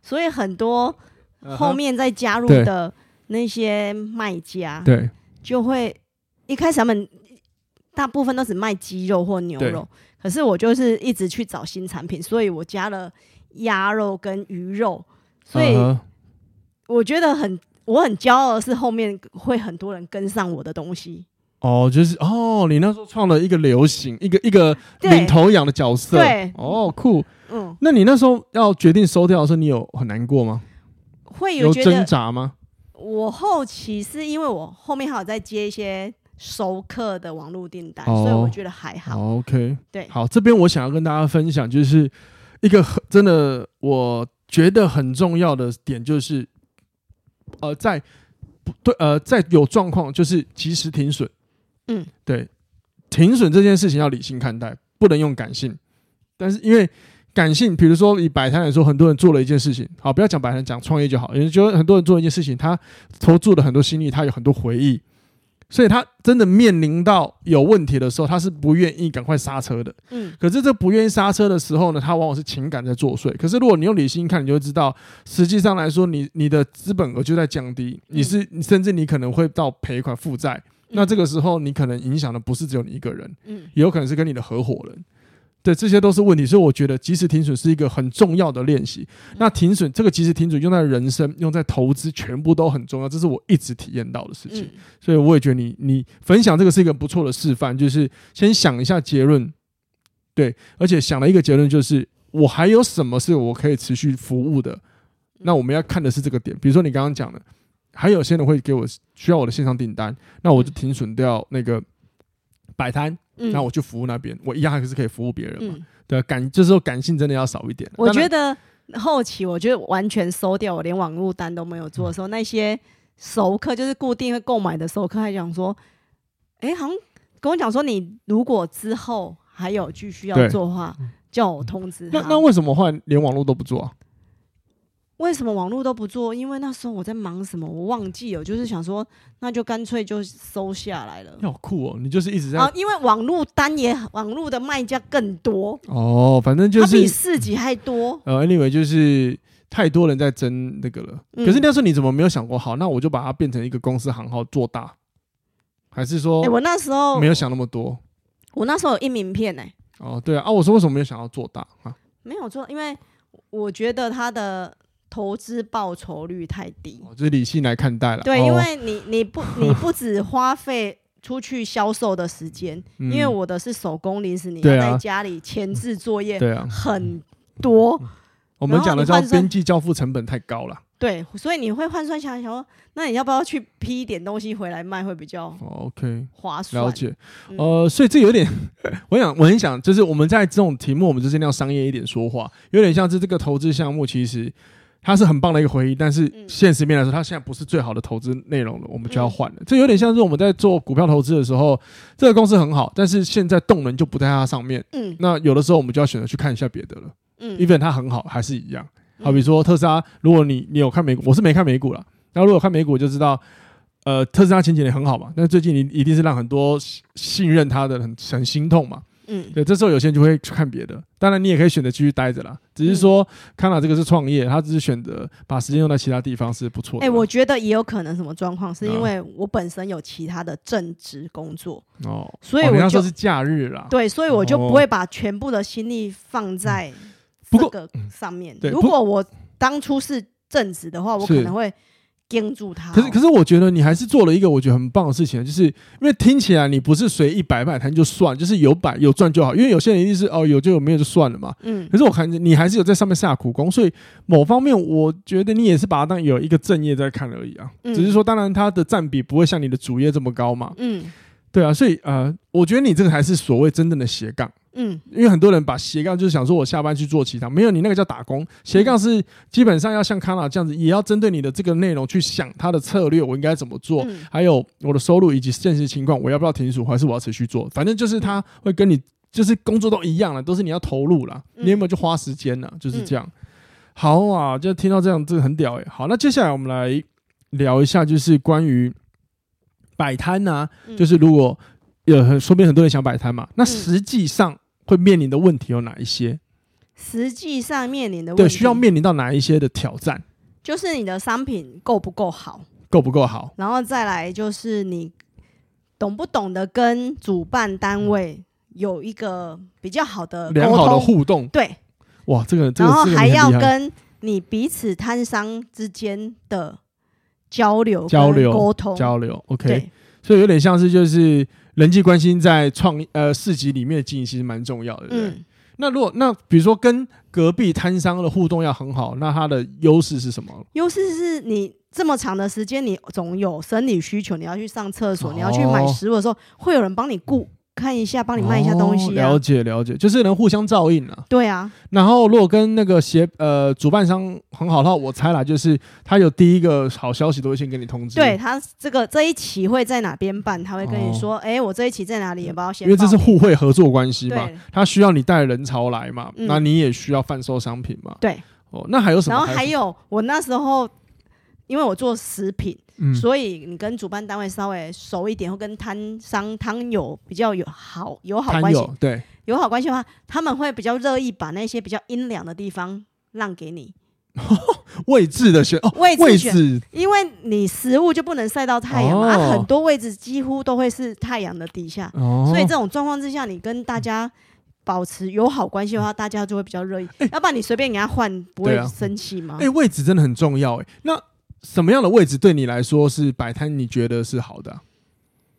B: 所以很多
A: 了
B: 后、面再加入
A: 对
B: 的那些卖
A: 嗯
B: 家
A: 哼，对
B: 就会一开始他们大部分都只卖鸡肉或牛
A: 对
B: 肉，可是我就是一直去找新产品，所以我加了鸭肉跟鱼肉，所以
A: 嗯哼
B: 我觉得很。我很骄傲的是，后面会很多人跟上我的东西。
A: 哦，就是哦，你那时候创了一个流行，一个一个领
B: 对，
A: 头羊的角色，
B: 对
A: 哦，酷。
B: 嗯，
A: 那你那时候要决定收掉的时候，你有很难过吗？
B: 会
A: 有
B: 有觉得
A: 挣扎吗？
B: 我后期是因为我后面还有在接一些熟客的网络订单，
A: 哦
B: 所以我觉得还好。
A: 好，OK，
B: 对
A: 好，这边我想要跟大家分享，就是一个很真的我觉得很重要的点，就是呃，在不对呃，在有状况就是及时停损，
B: 嗯，
A: 对，停损这件事情要理性看待，不能用感性。但是因为感性，比如说以摆摊来说，很多人做了一件事情，好，不要讲摆摊，讲创业就好。有人觉得很多人做一件事情，他投注了很多心力，他有很多回忆，所以他真的面临到有问题的时候，他是不愿意赶快刹车的。
B: 嗯
A: 可是这不愿意刹车的时候呢，它往往是情感在作祟。可是如果你用理性看，你就会知道，实际上来说你，你的资本额就在降低，你是甚至你可能会到赔款负债，那这个时候，你可能影响的不是只有你一个人，
B: 嗯
A: 也有可能是跟你的合伙人。对，这些都是问题，所以我觉得及时停损是一个很重要的练习。那停损这个及时停损用在人生、用在投资，全部都很重要，这是我一直体验到的事情。
B: 嗯
A: 所以我也觉得你你分享这个是一个不错的示范，就是先想一下结论，对，而且想了一个结论就是我还有什么是我可以持续服务的。那我们要看的是这个点，比如说你刚刚讲的，还有些人会给我需要我的线上订单，那我就停损掉那个摆摊，
B: 嗯，
A: 那我去服务那边，我一样还是可以服务别人嘛。
B: 嗯，
A: 对，啊感这时候感性真的要少一点。
B: 我
A: 当然
B: 觉得后期我觉得完全收掉，我连网络单都没有做的时候，那些熟客就是固定会购买的熟客，还讲说，哎、好像跟我讲说，你如果之后还有继续要
A: 对嗯
B: 做的话，叫我通知他。
A: 那那为什么换连网络都不做啊？
B: 为什么网络都不做？因为那时候我在忙什么，我忘记了，就是想说，那就干脆就收下来了
A: 你。好酷哦，你就是一直在、
B: 啊，因为网络单也网络的卖家更多，
A: 哦，反正就
B: 它比
A: 是
B: 市集还多。
A: 呃，anyway，就是太多人在争那个了。
B: 嗯
A: 可是那时候你怎么没有想过，好，那我就把它变成一个公司行号做大，还是说
B: 哎、我那时候
A: 哦没有想那么多？
B: 我那时候有印名片呢、
A: 哦，对啊，啊，我说为什么没有想要做大啊？
B: 没有做，因为我觉得它的投资报酬率太低。
A: 哦，就是理性来看待了。
B: 对，
A: 哦
B: 因为你你不你不止花费出去销售的时间，
A: [laughs] 嗯
B: 因为我的是手工零食，你
A: 对
B: 要
A: 啊
B: 在家里前置作业
A: 对啊，
B: 很多，
A: 我们讲的
B: 然
A: 叫
B: 后你换算
A: 边际交付成本太高了。
B: 对，所以你会换算下来，想说，那你要不要去批一点东西回来卖会比较
A: 哦 OK，
B: 划算？
A: 了解。
B: 嗯
A: 呃，所以这有点， [laughs] 我想我很想，就是我们在这种题目，我们就是要商业一点说话，有点像是这个投资项目，其实它是很棒的一个回忆，但是
B: 嗯
A: 现实面来说，它现在不是最好的投资内容了，我们就要换了。这有点像是我们在做股票投资的时候，这个公司很好，但是现在动能就不在它上面，
B: 嗯
A: 那有的时候我们就要选择去看一下别的了。
B: 嗯
A: even 它很好，还是一样。
B: 嗯
A: 好比说特斯拉，如果你你有看美股，我是没看美股啦。然后如果有看美股，就知道，呃，特斯拉前几年很好嘛，但最近你一定是让很多信信任它的人很很心痛嘛。
B: 嗯
A: 对，这时候有些人就会去看别的。当然，你也可以选择继续待着啦。只是说，
B: 嗯
A: 康纳这个是创业，他只是选择把时间用在其他地方是不错
B: 哎、
A: 的啦。
B: 我觉得也有可能什么状况，是
A: 啊
B: 因为我本身有其他的正职工作，
A: 哦，
B: 所以
A: 哦你
B: 我
A: 要
B: 就
A: 说是假日啦。
B: 对，所以我就
A: 哦嗯
B: 不会把全部的心力放在
A: 不
B: 这
A: 过嗯
B: 个上面。
A: 对
B: 如
A: 不
B: 果我当初是正职的话，我可
A: 是
B: 能会盯住他。哦
A: 可是，可是我觉得你还是做了一个我觉得很棒的事情，就是因为听起来你不是随意摆摆摊就算，就是有摆有赚就好。因为有些人一定是哦有就有，没有就算了嘛。
B: 嗯
A: 可是我看着你还是有在上面下苦功，所以某方面我觉得你也是把它当有一个正业在看而已啊。
B: 嗯
A: 只是说，当然它的占比不会像你的主业这么高嘛。
B: 嗯
A: 对啊，所以呃，我觉得你这个还是所谓真正的斜杠。
B: 嗯
A: 因为很多人把斜杠就是想说，我下班去做其他，没有你那个叫打工。斜杠是基本上要像康纳这样子，也要针对你的这个内容去想它的策略，我应该怎么做，
B: 嗯
A: 还有我的收入以及现实情况，我要不要停损，还是我要持续做？反正就是他会跟你，就是工作都一样了，都是你要投入啦，
B: 嗯
A: 你有没有去花时间呢？就是这样。好啊，就听到这样，这个很屌哎、好，那接下来我们来聊一下，就是关于摆摊啊呐、
B: 嗯
A: 就是如果有很说不定很多人想摆摊嘛，那
B: 嗯
A: 实际上会面临的问题有哪一些？
B: 实际上面临的问
A: 对，
B: 题
A: 需要面临到哪一些的挑战？
B: 就是你的商品够不够好，
A: 够不够好？
B: 然后再来就是你懂不懂得跟主办单位有一个比较好的
A: 嗯良
B: 呃沟
A: 好的
B: 通，
A: 互动，
B: 对，
A: 哇，这个这
B: 然
A: 个
B: 后
A: 这个
B: 还
A: 你
B: 要
A: 很厉害。
B: 跟你彼此摊商之间的交流、
A: 交流
B: 沟通。
A: 交流，OK，
B: 对，
A: 所以有点像是就是人际关系在创呃市集里面的经营其实蛮重要的。对不对
B: 嗯，
A: 那如果那比如说跟隔壁摊商的互动要很好，那它的优势是什么？
B: 优势是你这么长的时间，你总有生理需求，你要去上厕所，你要去买
A: 哦
B: 食物的时候，会有人帮你顾看一下，帮你卖一下东
A: 哦
B: 西啊
A: 了。解了解，就是能互相照应啊。
B: 对啊，
A: 然后如果跟那个协呃主办商很好的话，我猜啦，就是他有第一个好消息都会先跟你通知。
B: 对，他这个这一期会在哪边办，他会跟
A: 哦
B: 你说，哎，我这一期在哪里，也不要先
A: 因为这 [laughs] 是
B: 报
A: 互惠合作关系嘛
B: 对，
A: 他需要你带人潮来嘛，
B: 嗯
A: 那你也需要贩售商品嘛。
B: 对，
A: 哦，那还有什么？
B: 然后还有我那时候，因为我做食品。
A: 嗯，
B: 所以你跟主办单位稍微熟一点，或跟摊商、摊友比较有好友好
A: 摊
B: 关系，
A: 友对
B: 友好关系的话，他们会比较乐意把那些比较阴凉的地方让给你。
A: 位置的选哦，
B: 位置
A: 位
B: 选
A: 置
B: 因为你食物就不能晒到太阳嘛，
A: 哦
B: 啊，很多位置几乎都会是太阳的底下，
A: 哦，
B: 所以这种状况之下，你跟大家保持友好关系的话，大家就会比较乐意。要不然你随便给他换，不
A: 哎对
B: 会
A: 啊
B: 生气吗？
A: 哎、位置真的很重要哎、那什么样的位置对你来说是摆摊？你觉得是好的啊、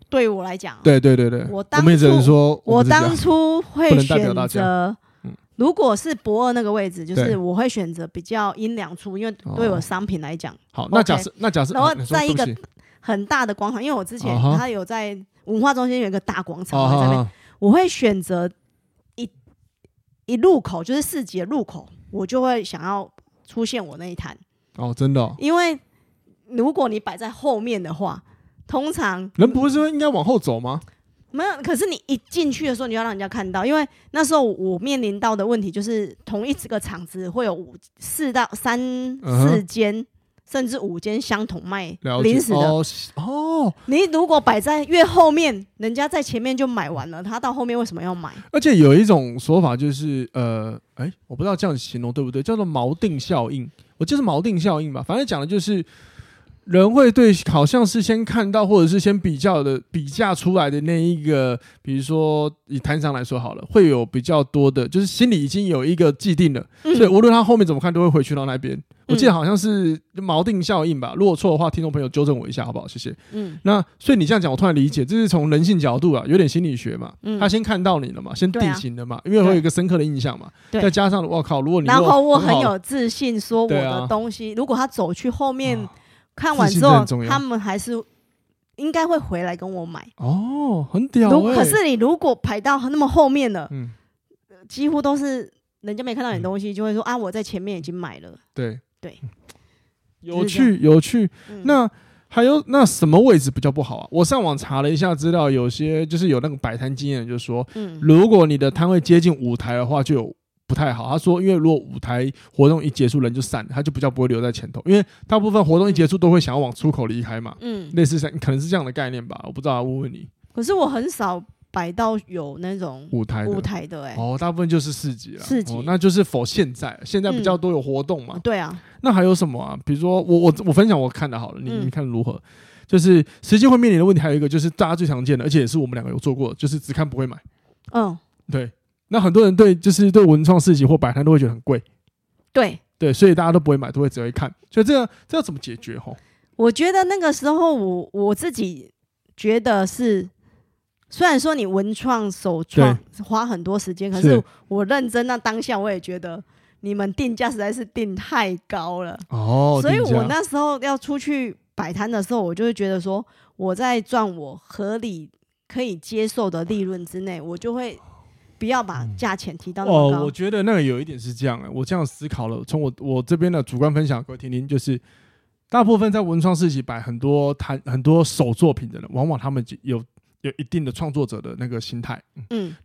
B: 对我来讲，
A: 对对对对，
B: 啊我
A: 我
B: 当
A: 们也只能
B: 初
A: 说
B: 我
A: 们是这样
B: 当初会
A: 不能代表
B: 选
A: 大家
B: 择
A: 嗯，
B: 如果是博二那个位置，就
A: 对
B: 是我会选择比较阴凉处，因为对我商品来讲
A: 好。那
B: OK
A: 假设那假设，
B: 然后
A: 啊你说
B: 再一
A: 对不
B: 个
A: 起
B: 很大的广场，因为我之前
A: 啊哈啊
B: 他有在文化中心有一个大广场，
A: 好
B: 我在
A: 好
B: 那边
A: 好，
B: 我会选择一一路口，就是市集的入口，我就会想要出现我那一摊，
A: 哦，真的、哦，
B: 因为如果你摆在后面的话，通常
A: 人不是应该往后走吗？
B: 没有，可是你一进去的时候，你要让人家看到，因为那时候我面临到的问题就是，同一这个厂子会有五四到三
A: 嗯
B: 四
A: 哼
B: 间。甚至五间相同卖
A: 了解
B: 零食的，
A: 哦是哦，
B: 你如果摆在越后面，人家在前面就买完了，他到后面为什么要买？
A: 而且有一种说法就是呃，哎，我不知道这样形容对不对，叫做锚定效应。我就是锚定效应吧，反正讲的就是人会对好像是先看到或者是先比较的比价出来的那一个，比如说以摊商来说好了，会有比较多的，就是心里已经有一个既定了，
B: 嗯
A: 所以无论他后面怎么看都会回去到那边。我记得好像是锚定效应吧，如果错的话，听众朋友纠正我一下好不好？谢谢。
B: 嗯，
A: 那所以你这样讲，我突然理解，这是从人性角度啊，有点心理学嘛。
B: 嗯
A: 他先看到你了嘛，先
B: 对啊
A: 定型了嘛，因为会有一个深刻的印象嘛。
B: 对
A: 再加上我靠，如果你
B: 然后我
A: 很
B: 很有自信说我
A: 对啊
B: 的东西，如果他走去后面、
A: 哦
B: 看完
A: 自信
B: 之
A: 真的
B: 后
A: 很重，要
B: 他们还是应该会回来跟我买。
A: 哦，很屌、
B: 如
A: 欸。
B: 可是你如果排到那么后面了，
A: 嗯，
B: 几乎都是人家没看到你的东西，就会说啊，我在前面已经买了。
A: 对
B: 对，
A: 有
B: 就是这
A: 趣有趣。
B: 嗯、
A: 那还有那什么位置比较不好啊？我上网查了一下资料，有些就是有那个摆摊经验，就是说，
B: 嗯
A: 如果你的摊位接近舞台的话，就有。不太好，他说，因为如果舞台活动一结束，人就散了，他就比较不会留在前头，因为大部分活动一结束都会想要往出口离开嘛。
B: 嗯，
A: 类似像可能是这样的概念吧，我不知道啊，问问你
B: 可是我很少摆到有那种
A: 舞台的
B: 舞台的哎、欸
A: 哦，大部分就是市集了，
B: 市集
A: 哦，那就是否现在，现在比较多有活动嘛。
B: 啊对啊，
A: 那还有什么啊？比如说我我我分享我看的好了，你
B: 嗯
A: 你看如何？就是实际会面临的问题，还有一个就是大家最常见的，而且也是我们两个有做过的，就是只看不会买。
B: 嗯，
A: 对，那很多人对就是对文创市集或摆摊都会觉得很贵，
B: 对，
A: 对，所以大家都不会买，都会只会看。所以这个这要怎么解决？吼，
B: 我觉得那个时候我我自己觉得是，虽然说你文创首创花很多时间，可
A: 是
B: 是我认真那当下我也觉得你们定价实在是定太高了，
A: 哦
B: 所以
A: 定价
B: 我那时候要出去摆摊的时候，我就会觉得说我在赚我合理可以接受的利润之内，我就会不要把价钱提到那
A: 嗯
B: 么
A: 哦，我
B: 高。
A: 觉得那个有一点是这样、欸，我这样思考了，从我我这边的主观分享给我听听，就是大部分在文创市集摆很多摊很多手作品的人，往往他们就有有一定的创作者的那个心态，嗯
B: 嗯，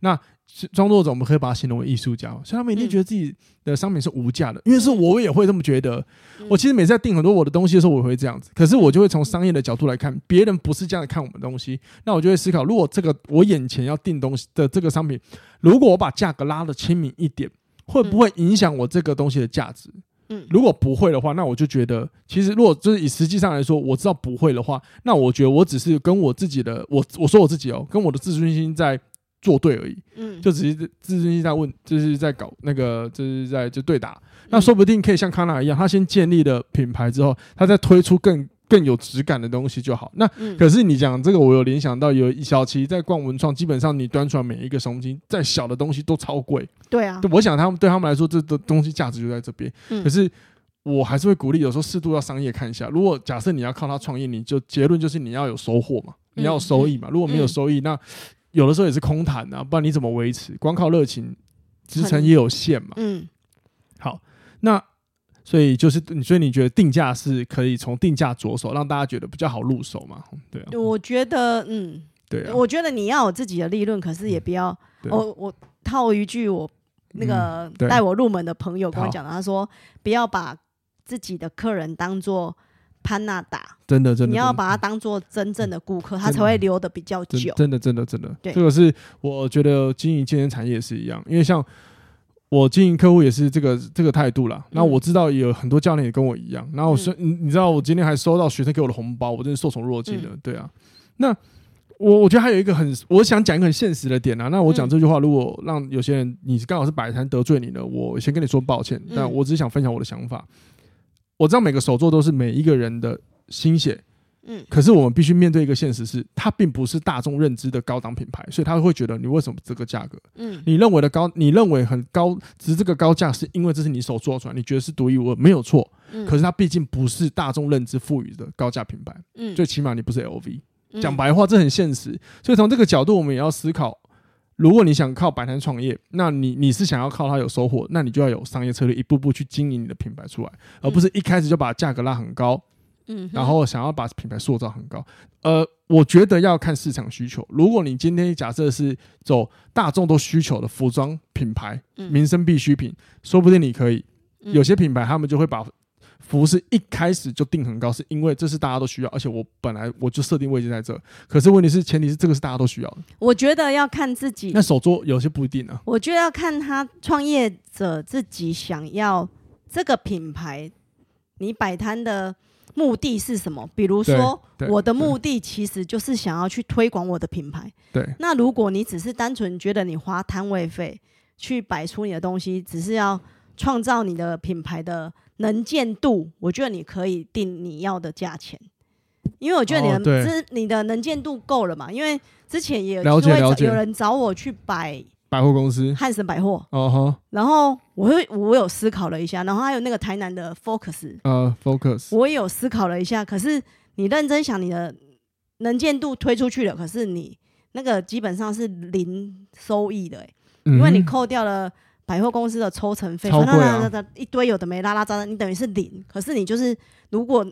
A: 是创作者我们可以把它形容为艺术家嘛，所以他们一定觉得自己的商品是无价的，因为是我也会这么觉得。
B: 嗯
A: 我其实每次在订很多我的东西的时候，我也会这样子，可是我就会从商业的角度来看，别人不是这样看我们的东西，那我就会思考，如果这个我眼前要订东西的这个商品，如果我把价格拉的亲民一点，会不会影响我这个东西的价值？
B: 嗯
A: 如果不会的话，那我就觉得，其实如果就是以实际上来说，我知道不会的话，那我觉得我只是跟我自己的我我说我自己哦，跟我的自尊心在作对而已。
B: 嗯，
A: 就只是自尊心在问，就是在搞那个，就是在就对打。
B: 嗯
A: 那说不定可以像康纳一样，他先建立了品牌之后，他再推出更更有质感的东西就好。那
B: 嗯
A: 可是你讲这个，我有联想到有小齐在逛文创，基本上你端出来每一个东西，再小的东西都超贵。
B: 对啊
A: 对，我想他们对他们来说，这的东西价值就在这边。
B: 嗯
A: 可是我还是会鼓励，有时候适度要商业看一下。如果假设你要靠它创业，你就结论就是你要有收获嘛，你
B: 嗯
A: 要有收益嘛。如果没有收益，那有的时候也是空谈啊，不然你怎么维持？光靠热情，支撑
B: 很
A: 也有限嘛。
B: 嗯
A: 好，那所以就是你，所以你觉得定价是可以从定价着手，让大家觉得比较好入手嘛？对啊，
B: 我觉得嗯。
A: 对啊，
B: 我觉得你要有自己的利润，可是也不要哦
A: 对啊嗯
B: 我我套一句我那个
A: 对
B: 带我入门的朋友跟我
A: 好
B: 讲的，他说不要把自己的客人当做潘娜打，
A: 真的真的，
B: 你要
A: 真的
B: 把他当做真正的顾客，他
A: 真的
B: 才会留的比较
A: 真
B: 久。
A: 真的真的真的，
B: 对
A: 这个是我觉得经营健身产业也是一样，因为像我经营客户也是这个这个态度啦。那
B: 嗯
A: 我知道也有很多教练也跟我一样。然后我是、你你知道，我今天还收到学生给我的红包，我真是受宠若惊的。
B: 嗯
A: 对啊，那我我觉得还有一个很，我想讲一个很现实的点啊。那我讲
B: 嗯
A: 这句话，如果让有些人你刚好是摆摊得罪你了，我先跟你说抱歉。
B: 嗯
A: 但我只是想分享我的想法。我知道每个手作都是每一个人的心血，
B: 嗯
A: 可是我们必须面对一个现实是，它并不是大众认知的高档品牌，所以他会觉得你为什么这个价格？
B: 嗯
A: 你认为的高，你认为很高值这个高价，是因为这是你手做出来，你觉得是独一无二，没有错。
B: 嗯，
A: 可是它毕竟不是大众认知赋予的高价品牌，
B: 嗯
A: 最起码你不是 LV。
B: 嗯
A: 讲白话，这很现实。所以从这个角度，我们也要思考：如果你想靠摆摊创业，那你你是想要靠它有收获，那你就要有商业策略，一步步去经营你的品牌出来，而不是一开始就把价格拉很高，
B: 嗯哼
A: 然后想要把品牌塑造很高。呃，我觉得要看市场需求。如果你今天假设是走大众都需求的服装品牌、
B: 嗯
A: 民生必需品，说不定你可以。
B: 嗯
A: 有些品牌他们就会把服饰一开始就定很高，是因为这是大家都需要，而且我本来我就设定位置在这。可是问题是，前提是这个是大家都需要的。
B: 我觉得要看自己
A: 那手作有些不一定啊。
B: 我觉得要看他创业者自己想要这个品牌，你摆摊的目的是什么？比如说，
A: 对对
B: 我的目的其实就是想要去推广我的品牌。
A: 对，
B: 那如果你只是单纯觉得你花摊位费去摆出你的东西，只是要创造你的品牌的能见度，我觉得你可以定你要的价钱。因为我觉得
A: 哦
B: 你
A: 对
B: 的资、你的能见度够了嘛，因为之前也
A: 了解
B: 就会找
A: 了解
B: 有人找我去摆
A: 百货公 [laughs] 司，
B: 汉神百货，
A: 哦哈，
B: 然后我会我有思考了一下，然后还有那个台南的 Focus，
A: 呃，Focus，
B: 我也有思考了一下。可是你认真想，你的能见度推出去了，可是你那个基本上是零收益的、欸，
A: 因
B: 因为你扣掉了百货公司的抽成费，
A: 嗯超贵啊
B: 啦啦啦一堆有的没拉拉杂杂，你等于是零。可是你就是如果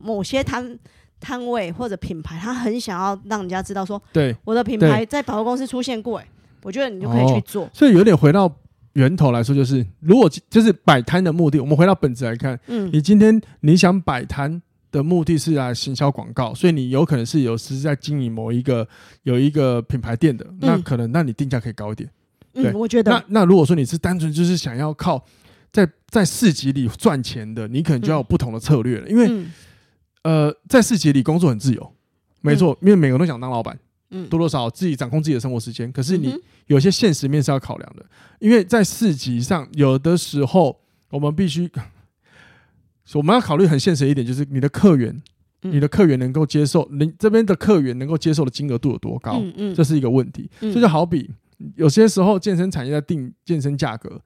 B: 某些摊摊位或者品牌，他很想要让人家知道说
A: 对，哦
B: 我的品牌在百货公司出现过、欸，我觉得你就可以去做，
A: 所以有点回到源头来说，就是如果就是摆摊的目的，我们回到本质来看，
B: 嗯。
A: 你今天你想摆摊的目的是来行销广告，所以你有可能是有实际在经营某一个有一个品牌店的，那可能那你定价可以高一点。对
B: 嗯，我觉
A: 那
B: 得，
A: 那如果说你是单纯就是想要靠在在市集里赚钱的，你可能就要有不同的策略了，因为、
B: 嗯
A: 呃，在市集里工作很自由。没错，因为每个人都想当老板，
B: 嗯
A: 多多少少自己掌控自己的生活时间。可是你
B: 嗯哼
A: 有些现实面是要考量的，因为在市集上，有的时候我们必须， [laughs] 我们要考虑很现实一点，就是你的客源，
B: 嗯
A: 你的客源能够接受，你这边的客源能够接受的金额度有多高，
B: 嗯嗯，
A: 这是一个问题。
B: 嗯
A: 这就好比有些时候健身产业在定健身价格。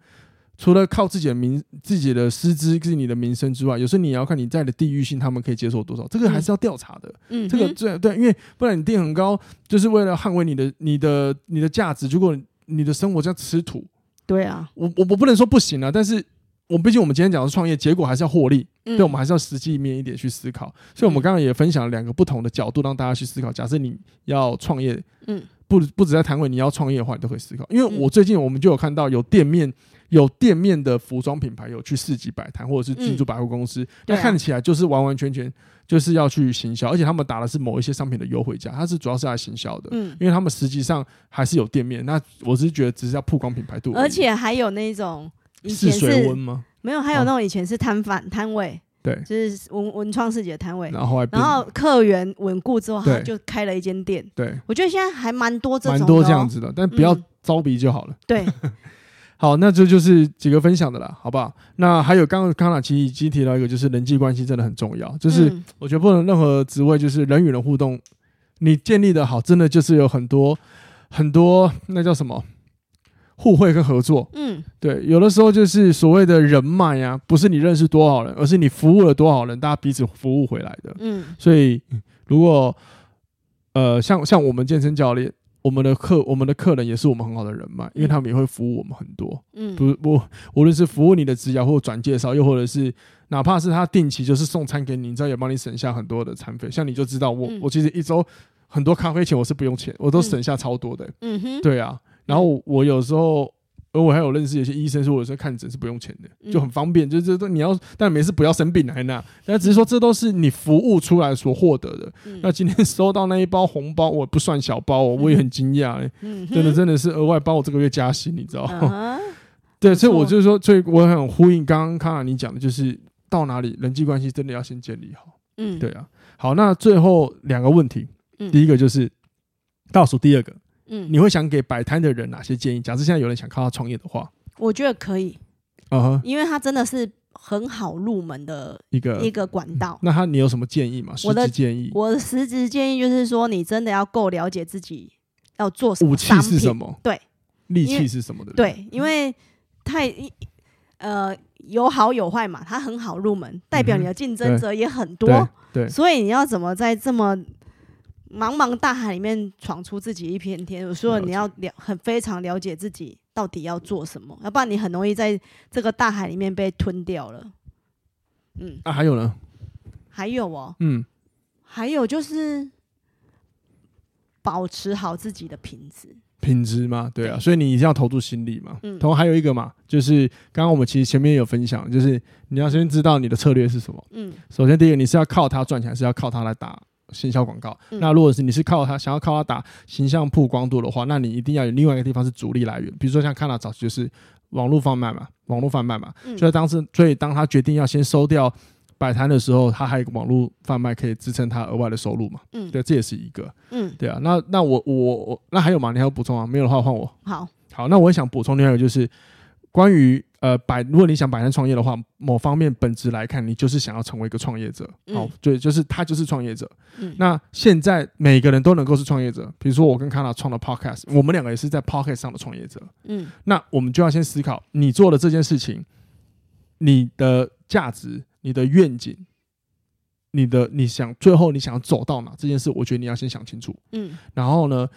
A: 除了靠自己的民、自己的师资、自己的民生之外，有时候你也要看你在的地域性，他们可以接受多少，这个还是要调查的。
B: 嗯
A: 这个
B: 哼
A: 对对，因为不然你定很高，就是为了捍卫你的你的你的价值。如果你的生活叫吃土，
B: 对啊，
A: 我我我不能说不行啊，但是我毕竟我们今天讲的是创业，结果还是要获利，
B: 嗯
A: 对，我们还是要实际面一点去思考。所以我们刚刚也分享了两个不同的角度，让大家去思考。假设你要创业，
B: 嗯
A: 不不止在摊位，你要创业的话，你都可以思考。因为
B: 嗯
A: 我最近我们就有看到有店面。有店面的服装品牌有去市集摆摊，或者是进驻百货公司，那、
B: 对啊
A: 看起来就是完完全全就是要去行销，而且他们打的是某一些商品的优惠价，它是主要是来行销的，
B: 嗯，
A: 因为他们实际上还是有店面。那我只是觉得只是要曝光品牌度已，
B: 而且还有那种以
A: 是
B: 前
A: 水温
B: 是
A: 吗？哦
B: 没有，还有那种以前是摊贩摊位，
A: 对，
B: 就是文文创市集的摊位，
A: 然后还
B: 然后客源稳固之后，
A: 对
B: 他就开了一间店。
A: 对，
B: 我觉得现在还蛮多这种
A: 蛮
B: 的哦
A: 多这样，子的，但不要
B: 嗯
A: 招鼻就好了。
B: 对，
A: 好，那这就是几个分享的啦，好不好？那还有刚刚刚才其实已经提到一个，就是人际关系真的很重要，就是
B: 嗯
A: 我觉得不能任何职位就是人与人互动，你建立的好，真的就是有很多很多那叫什么互惠跟合作。
B: 嗯
A: 对，有的时候就是所谓的人脉呀、不是你认识多少人，而是你服务了多少人，大家彼此服务回来的。
B: 嗯
A: 所以如果呃，像像我们健身教练，我们的客我们的客人也是我们很好的人脉，因为他们也会服务我们很多。
B: 嗯，
A: 不不，无论是服务你的职涯或转介绍，又或者是哪怕是他定期就是送餐给你，你知道也帮你省下很多的餐费。像你就知道我、
B: 嗯
A: 我其实一周很多咖啡钱我是不用钱，我都
B: 嗯
A: 省下超多的、
B: 嗯哼，
A: [laughs] 对啊，然后我有时候。而我还有认识有些医生说，我有时候看诊是不用钱的，
B: 嗯
A: 就很方便。就是这都你要，但没事不要生病来那。但只是说，这都是你服务出来所获得的。
B: 嗯
A: 那今天收到那一包红包，我也不算小包、哦，我也很惊讶、欸，
B: 嗯哼
A: 哦真的真的是额外帮我这个月加薪，你知道？
B: 嗯哼
A: [laughs] 对，所以我
B: 错
A: 就是说，所以我很呼应刚刚康纳你讲的，就是到哪里人际关系真的要先建立好。
B: 嗯，
A: 对，啊，好，那最后两个问题，
B: 嗯
A: 第一个就是倒数第二个，
B: 嗯，
A: 你会想给摆摊的人哪些建议？假设现在有人想靠他创业的话，
B: 我觉得可以，
A: 啊、哈，
B: 因为它真的是很好入门的
A: 一个
B: 一个管道。
A: 那他你有什么建议吗？实
B: 我的
A: 质建议，
B: 我的实质建议就是说，你真的要够了解自己要做什么
A: 武器
B: 商
A: 是什
B: 品，
A: 么？
B: 对，
A: 利
B: 因为
A: 器是什么的？
B: 对，因为太呃有好有坏嘛，它很好入门，代表你的竞争者也很多，
A: 嗯对对
B: 所以你要怎么在这么茫茫大海里面闯出自己一片天？我说
A: 了解
B: 你要了很非常了解自己到底要做什么，要不然你很容易在这个大海里面被吞掉了。嗯，
A: 啊，还有呢？
B: 还有哦，
A: 嗯，
B: 还有就是保持好自己的品质。
A: 品质嘛，对啊，
B: 对
A: 所以你一定要投入心力嘛。
B: 嗯
A: 同还有一个嘛，就是刚刚我们其实前面有分享，就是你要先知道你的策略是什么。
B: 嗯，
A: 首先，第一个你是要靠它赚钱，还是要靠它来打行销广告？
B: 嗯
A: 那如果是你是靠它想要靠它打形象曝光度的话，那你一定要有另外一个地方是主力来源，比如说像看到早期就是网络贩卖嘛，网络贩卖嘛，
B: 嗯
A: 所以当时所以当他决定要先收掉摆摊的时候，他还有一个网络贩卖可以支撑他额外的收入嘛，
B: 嗯
A: 对，这也是一个，
B: 嗯，
A: 对啊，那那我我我那还有吗？你还有补充吗？没有的话换我。
B: 好，
A: 好，那我也想补充另外一个，就是关于呃摆，如果你想摆摊创业的话，某方面本质来看，你就是想要成为一个创业者。
B: 嗯
A: 好，对，就是他就是创业者。
B: 嗯
A: 那现在每个人都能够是创业者，比如说我跟康纳创的 Podcast，我们两个也是在 Podcast 上的创业者。
B: 嗯
A: 那我们就要先思考，你做的这件事情，你的价值、你的愿景、你的你想最后你想要走到哪这件事，我觉得你要先想清楚。
B: 嗯
A: 然后呢，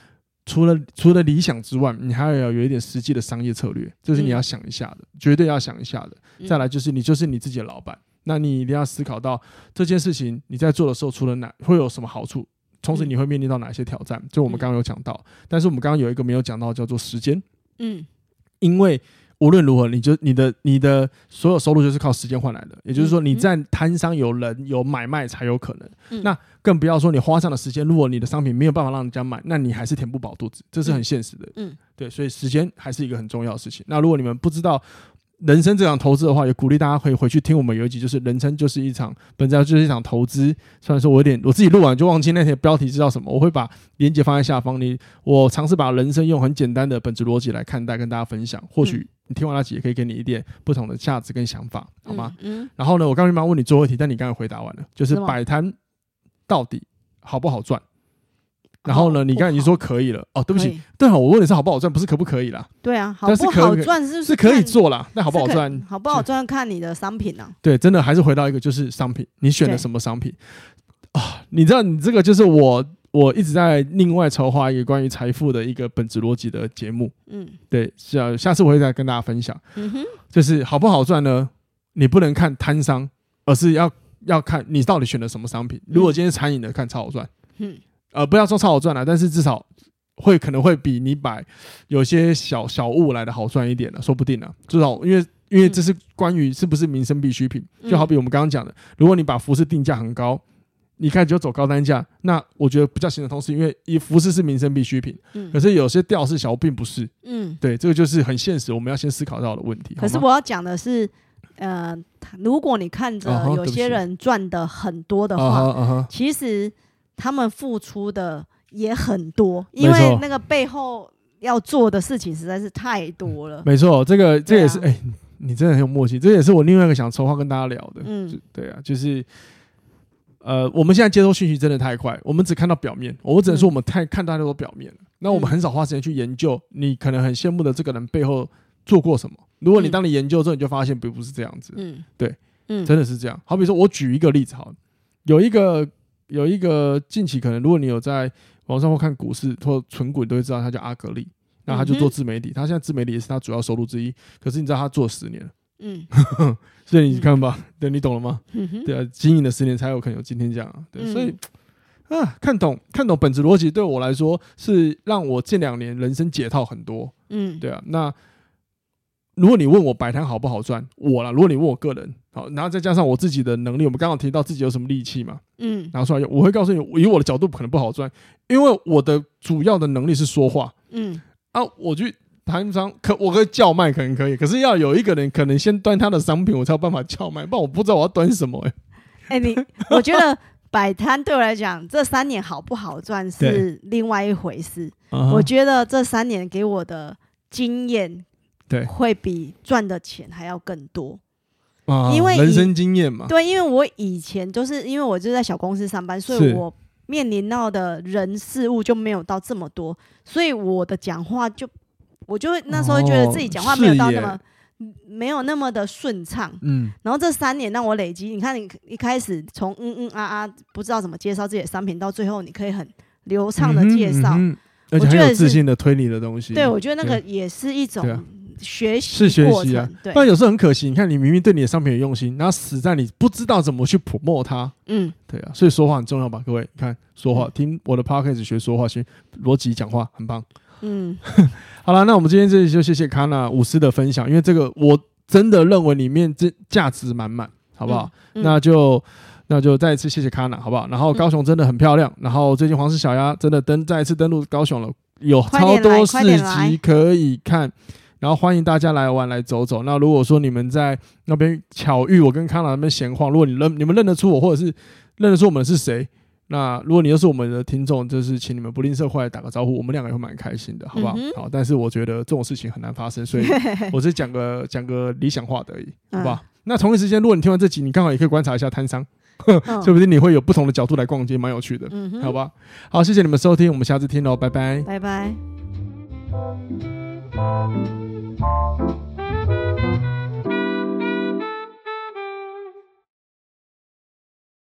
A: 除了除了理想之外，你还要有一点实际的商业策略，这是你要想一下的，绝对要想一下的。
B: 嗯
A: 再来就是你就是你自己的老板，那你一定要思考到这件事情你在做的时候，除了哪会有什么好处，同时
B: 嗯
A: 你会面临到哪些挑战？就我们刚刚有讲到，但是我们刚刚有一个没有讲到，叫做时间，
B: 嗯
A: 因为。无论如何，你就你的你的所有收入就是靠时间换来的，也就是说，你在摊商有人有买卖才有可能。
B: 嗯
A: 那更不要说你花上的时间，如果你的商品没有办法让人家买，那你还是填不饱肚子，这是很现实的。
B: 嗯，
A: 对，所以时间还是一个很重要的事情。那如果你们不知道人生这场投资的话，也鼓励大家可以回去听我们有一集，就是人生就是一场本质上就是一场投资。虽然说我有点我自己录完就忘记那些标题是叫什么，我会把链接放在下方。你我尝试把人生用很简单的本质逻辑来看待，跟大家分享。或许你听完那集也可以给你一点不同的价值跟想法，好吗？？
B: 嗯
A: 然后呢，我刚刚原本要问你最后一题，但你刚才回答完了，就是
B: 是吗
A: 摆摊到底好不好赚？然后呢，
B: 好
A: 你刚才已经说可以了，哦，对不
B: 哦可
A: 起
B: 以，
A: 对好，我问的是好不好赚，不是可不可以啦，
B: 对啊，好
A: 但是
B: 不
A: 可
B: 好
A: 以
B: 赚是
A: 是可以
B: 看
A: 做啦，但好不好
B: 是可
A: 赚？
B: 好不好赚看你的商品啊。
A: 对，真的还是回到一个就是商品，你选的
B: 对
A: 什么商品啊？你知道，你这个就是我我一直在另外筹划一个关于财富的一个本质逻辑的节目，
B: 嗯
A: 对，下下次我会再跟大家分享。
B: 嗯哼，
A: 就是好不好赚呢？你不能看摊商，而是要要看你到底选的什么商品。如果今天是餐饮的，看超好赚，
B: 嗯
A: 呃，不要说超好赚了，但是至少会可能会比你摆有些小小物来的好赚一点的，说不定呢。至少因为因为这是关于是不是民生必需品，
B: 嗯
A: 就好比我们刚刚讲的，如果你把服饰定价很高。你开始就走高单价，那我觉得比较行得通，是因为一服饰是民生必需品，可
B: 嗯
A: 是有些吊饰小并不是，
B: 嗯。
A: 对，这个就是很现实，我们要先思考到的问题。
B: 可是
A: 好吗
B: 我要讲的是，呃，如果你看
A: 啊哈
B: 着有
A: 对不
B: 些
A: 起
B: 人赚的很多的
A: 啊
B: 话，
A: 哈啊哈
B: 其实他们付出的也很多，因
A: 没错
B: 为那个背后要做的事情实在是太多了。
A: 没错，这个这
B: 对啊
A: 也是哎、你真的很有默契，这也是我另外一个想筹划跟大家聊的。
B: 嗯
A: 就对啊，就是呃，我们现在接收讯息真的太快，我们只看到表面，我只能说
B: 嗯
A: 我们太看到太多表面了。那我们
B: 嗯
A: 很少花时间去研究你可能很羡慕的这个人背后做过什么。如果你
B: 嗯
A: 当你研究之后，你就发现并不是这样子，
B: 嗯，
A: 对，
B: 嗯，
A: 真的是这样。好比说，我举一个例子好了，有一个有一个近期可能，如果你有在网上或看股市或存股，你都会知道他叫阿格力。那他就做
B: 嗯哼
A: 自媒体，他现在自媒体也是他主要收入之一。可是你知道他做了十年了，
B: 嗯
A: 所以你看
B: [laughs]
A: 吧，对你懂了吗？[laughs]
B: 嗯哼，
A: 对啊，经营了十年才有可能有今天这样啊。对，
B: 嗯
A: 所以啊，看懂看懂本质逻辑对我来说是让我近两年人生解套很多。
B: 嗯，
A: 对啊，那如果你问我摆摊好不好赚，我啦，如果你问我个人，好，然后再加上我自己的能力，我们刚刚有提到自己有什么利器嘛，
B: 嗯
A: 拿出来用，我会告诉你，以我的 [laughs] 角度可能不好赚，因为我的主要的能力是说话
B: 嗯
A: 啊，我去摊商可我可以叫卖，可能可以，可是要有一个人可能先端他的商品，我才有办法叫卖，不然我不知道我要端什么、欸。
B: 哎、你我觉得摆摊对我来讲，这三年好不好赚是另外一回事。
A: 啊
B: 我觉得这三年给我的经验，
A: 对
B: 会比赚的钱还要更多。
A: 啊
B: 因为
A: 人
B: 以
A: 生经验嘛，
B: 对，因为我以前就是因为我就在小公司上班，所以
A: 是
B: 我面临到的人事物就没有到这么多，所以我的讲话就，我就会那时候觉得自己讲话没有到那么
A: 哦、
B: 没有那么的顺畅。
A: 嗯，
B: 然后这三年让我累积，你看你一开始从嗯嗯啊啊不知道怎么介绍自己的商品，到最后你可以很流畅的介绍，
A: 嗯哼嗯哼而且
B: 我觉
A: 很
B: 得
A: 有自
B: 是
A: 信的推理的东西。
B: 对我觉得那个也是一
A: 对啊
B: 种学习
A: 是学
B: 过
A: 习啊
B: 程，对
A: 不，然有时候很可惜，你看你明明对你的商品有用心，然后死在你不知道怎么去 promote 它，
B: 嗯，
A: 对啊，所以说话很重要吧，各位，你看说话，听我的 podcast 学说话，学逻辑讲话，很棒。
B: 嗯，
A: 好了，那我们今天这里就谢谢康纳武师的分享，因为这个我真的认为里面这价值满满，好不好？
B: 嗯？嗯
A: 那就那就再一次谢谢康纳，好不好？然后高雄真的很漂亮，然后最近黄氏小鸭真的登再一次登陆高雄了，有
B: 快
A: 超
B: 点来
A: 多市
B: 快点
A: 集
B: 来
A: 可以看。然后欢迎大家来玩来走走。那如果说你们在那边巧遇我跟康纳那边闲晃，如果你认你们认得出我，或者是认得出我们是谁，那如果你又是我们的听众，就是请你们不吝啬过来打个招呼，我们两个也会蛮开心的，好不好？
B: 嗯哼
A: 好，但是我觉得这种事情很难发生，所
B: [laughs]
A: 以我是讲个讲个理想化的而已，好不好？那同一时间，如果你听完这集，你刚好也可以观察一下摊商， [laughs]
B: 嗯
A: 说不定你会有不同的角度来逛街，蛮有趣的，
B: 嗯哼，
A: 好吧？好，谢谢你们收听，我们下次听喽，拜拜。
B: 拜拜。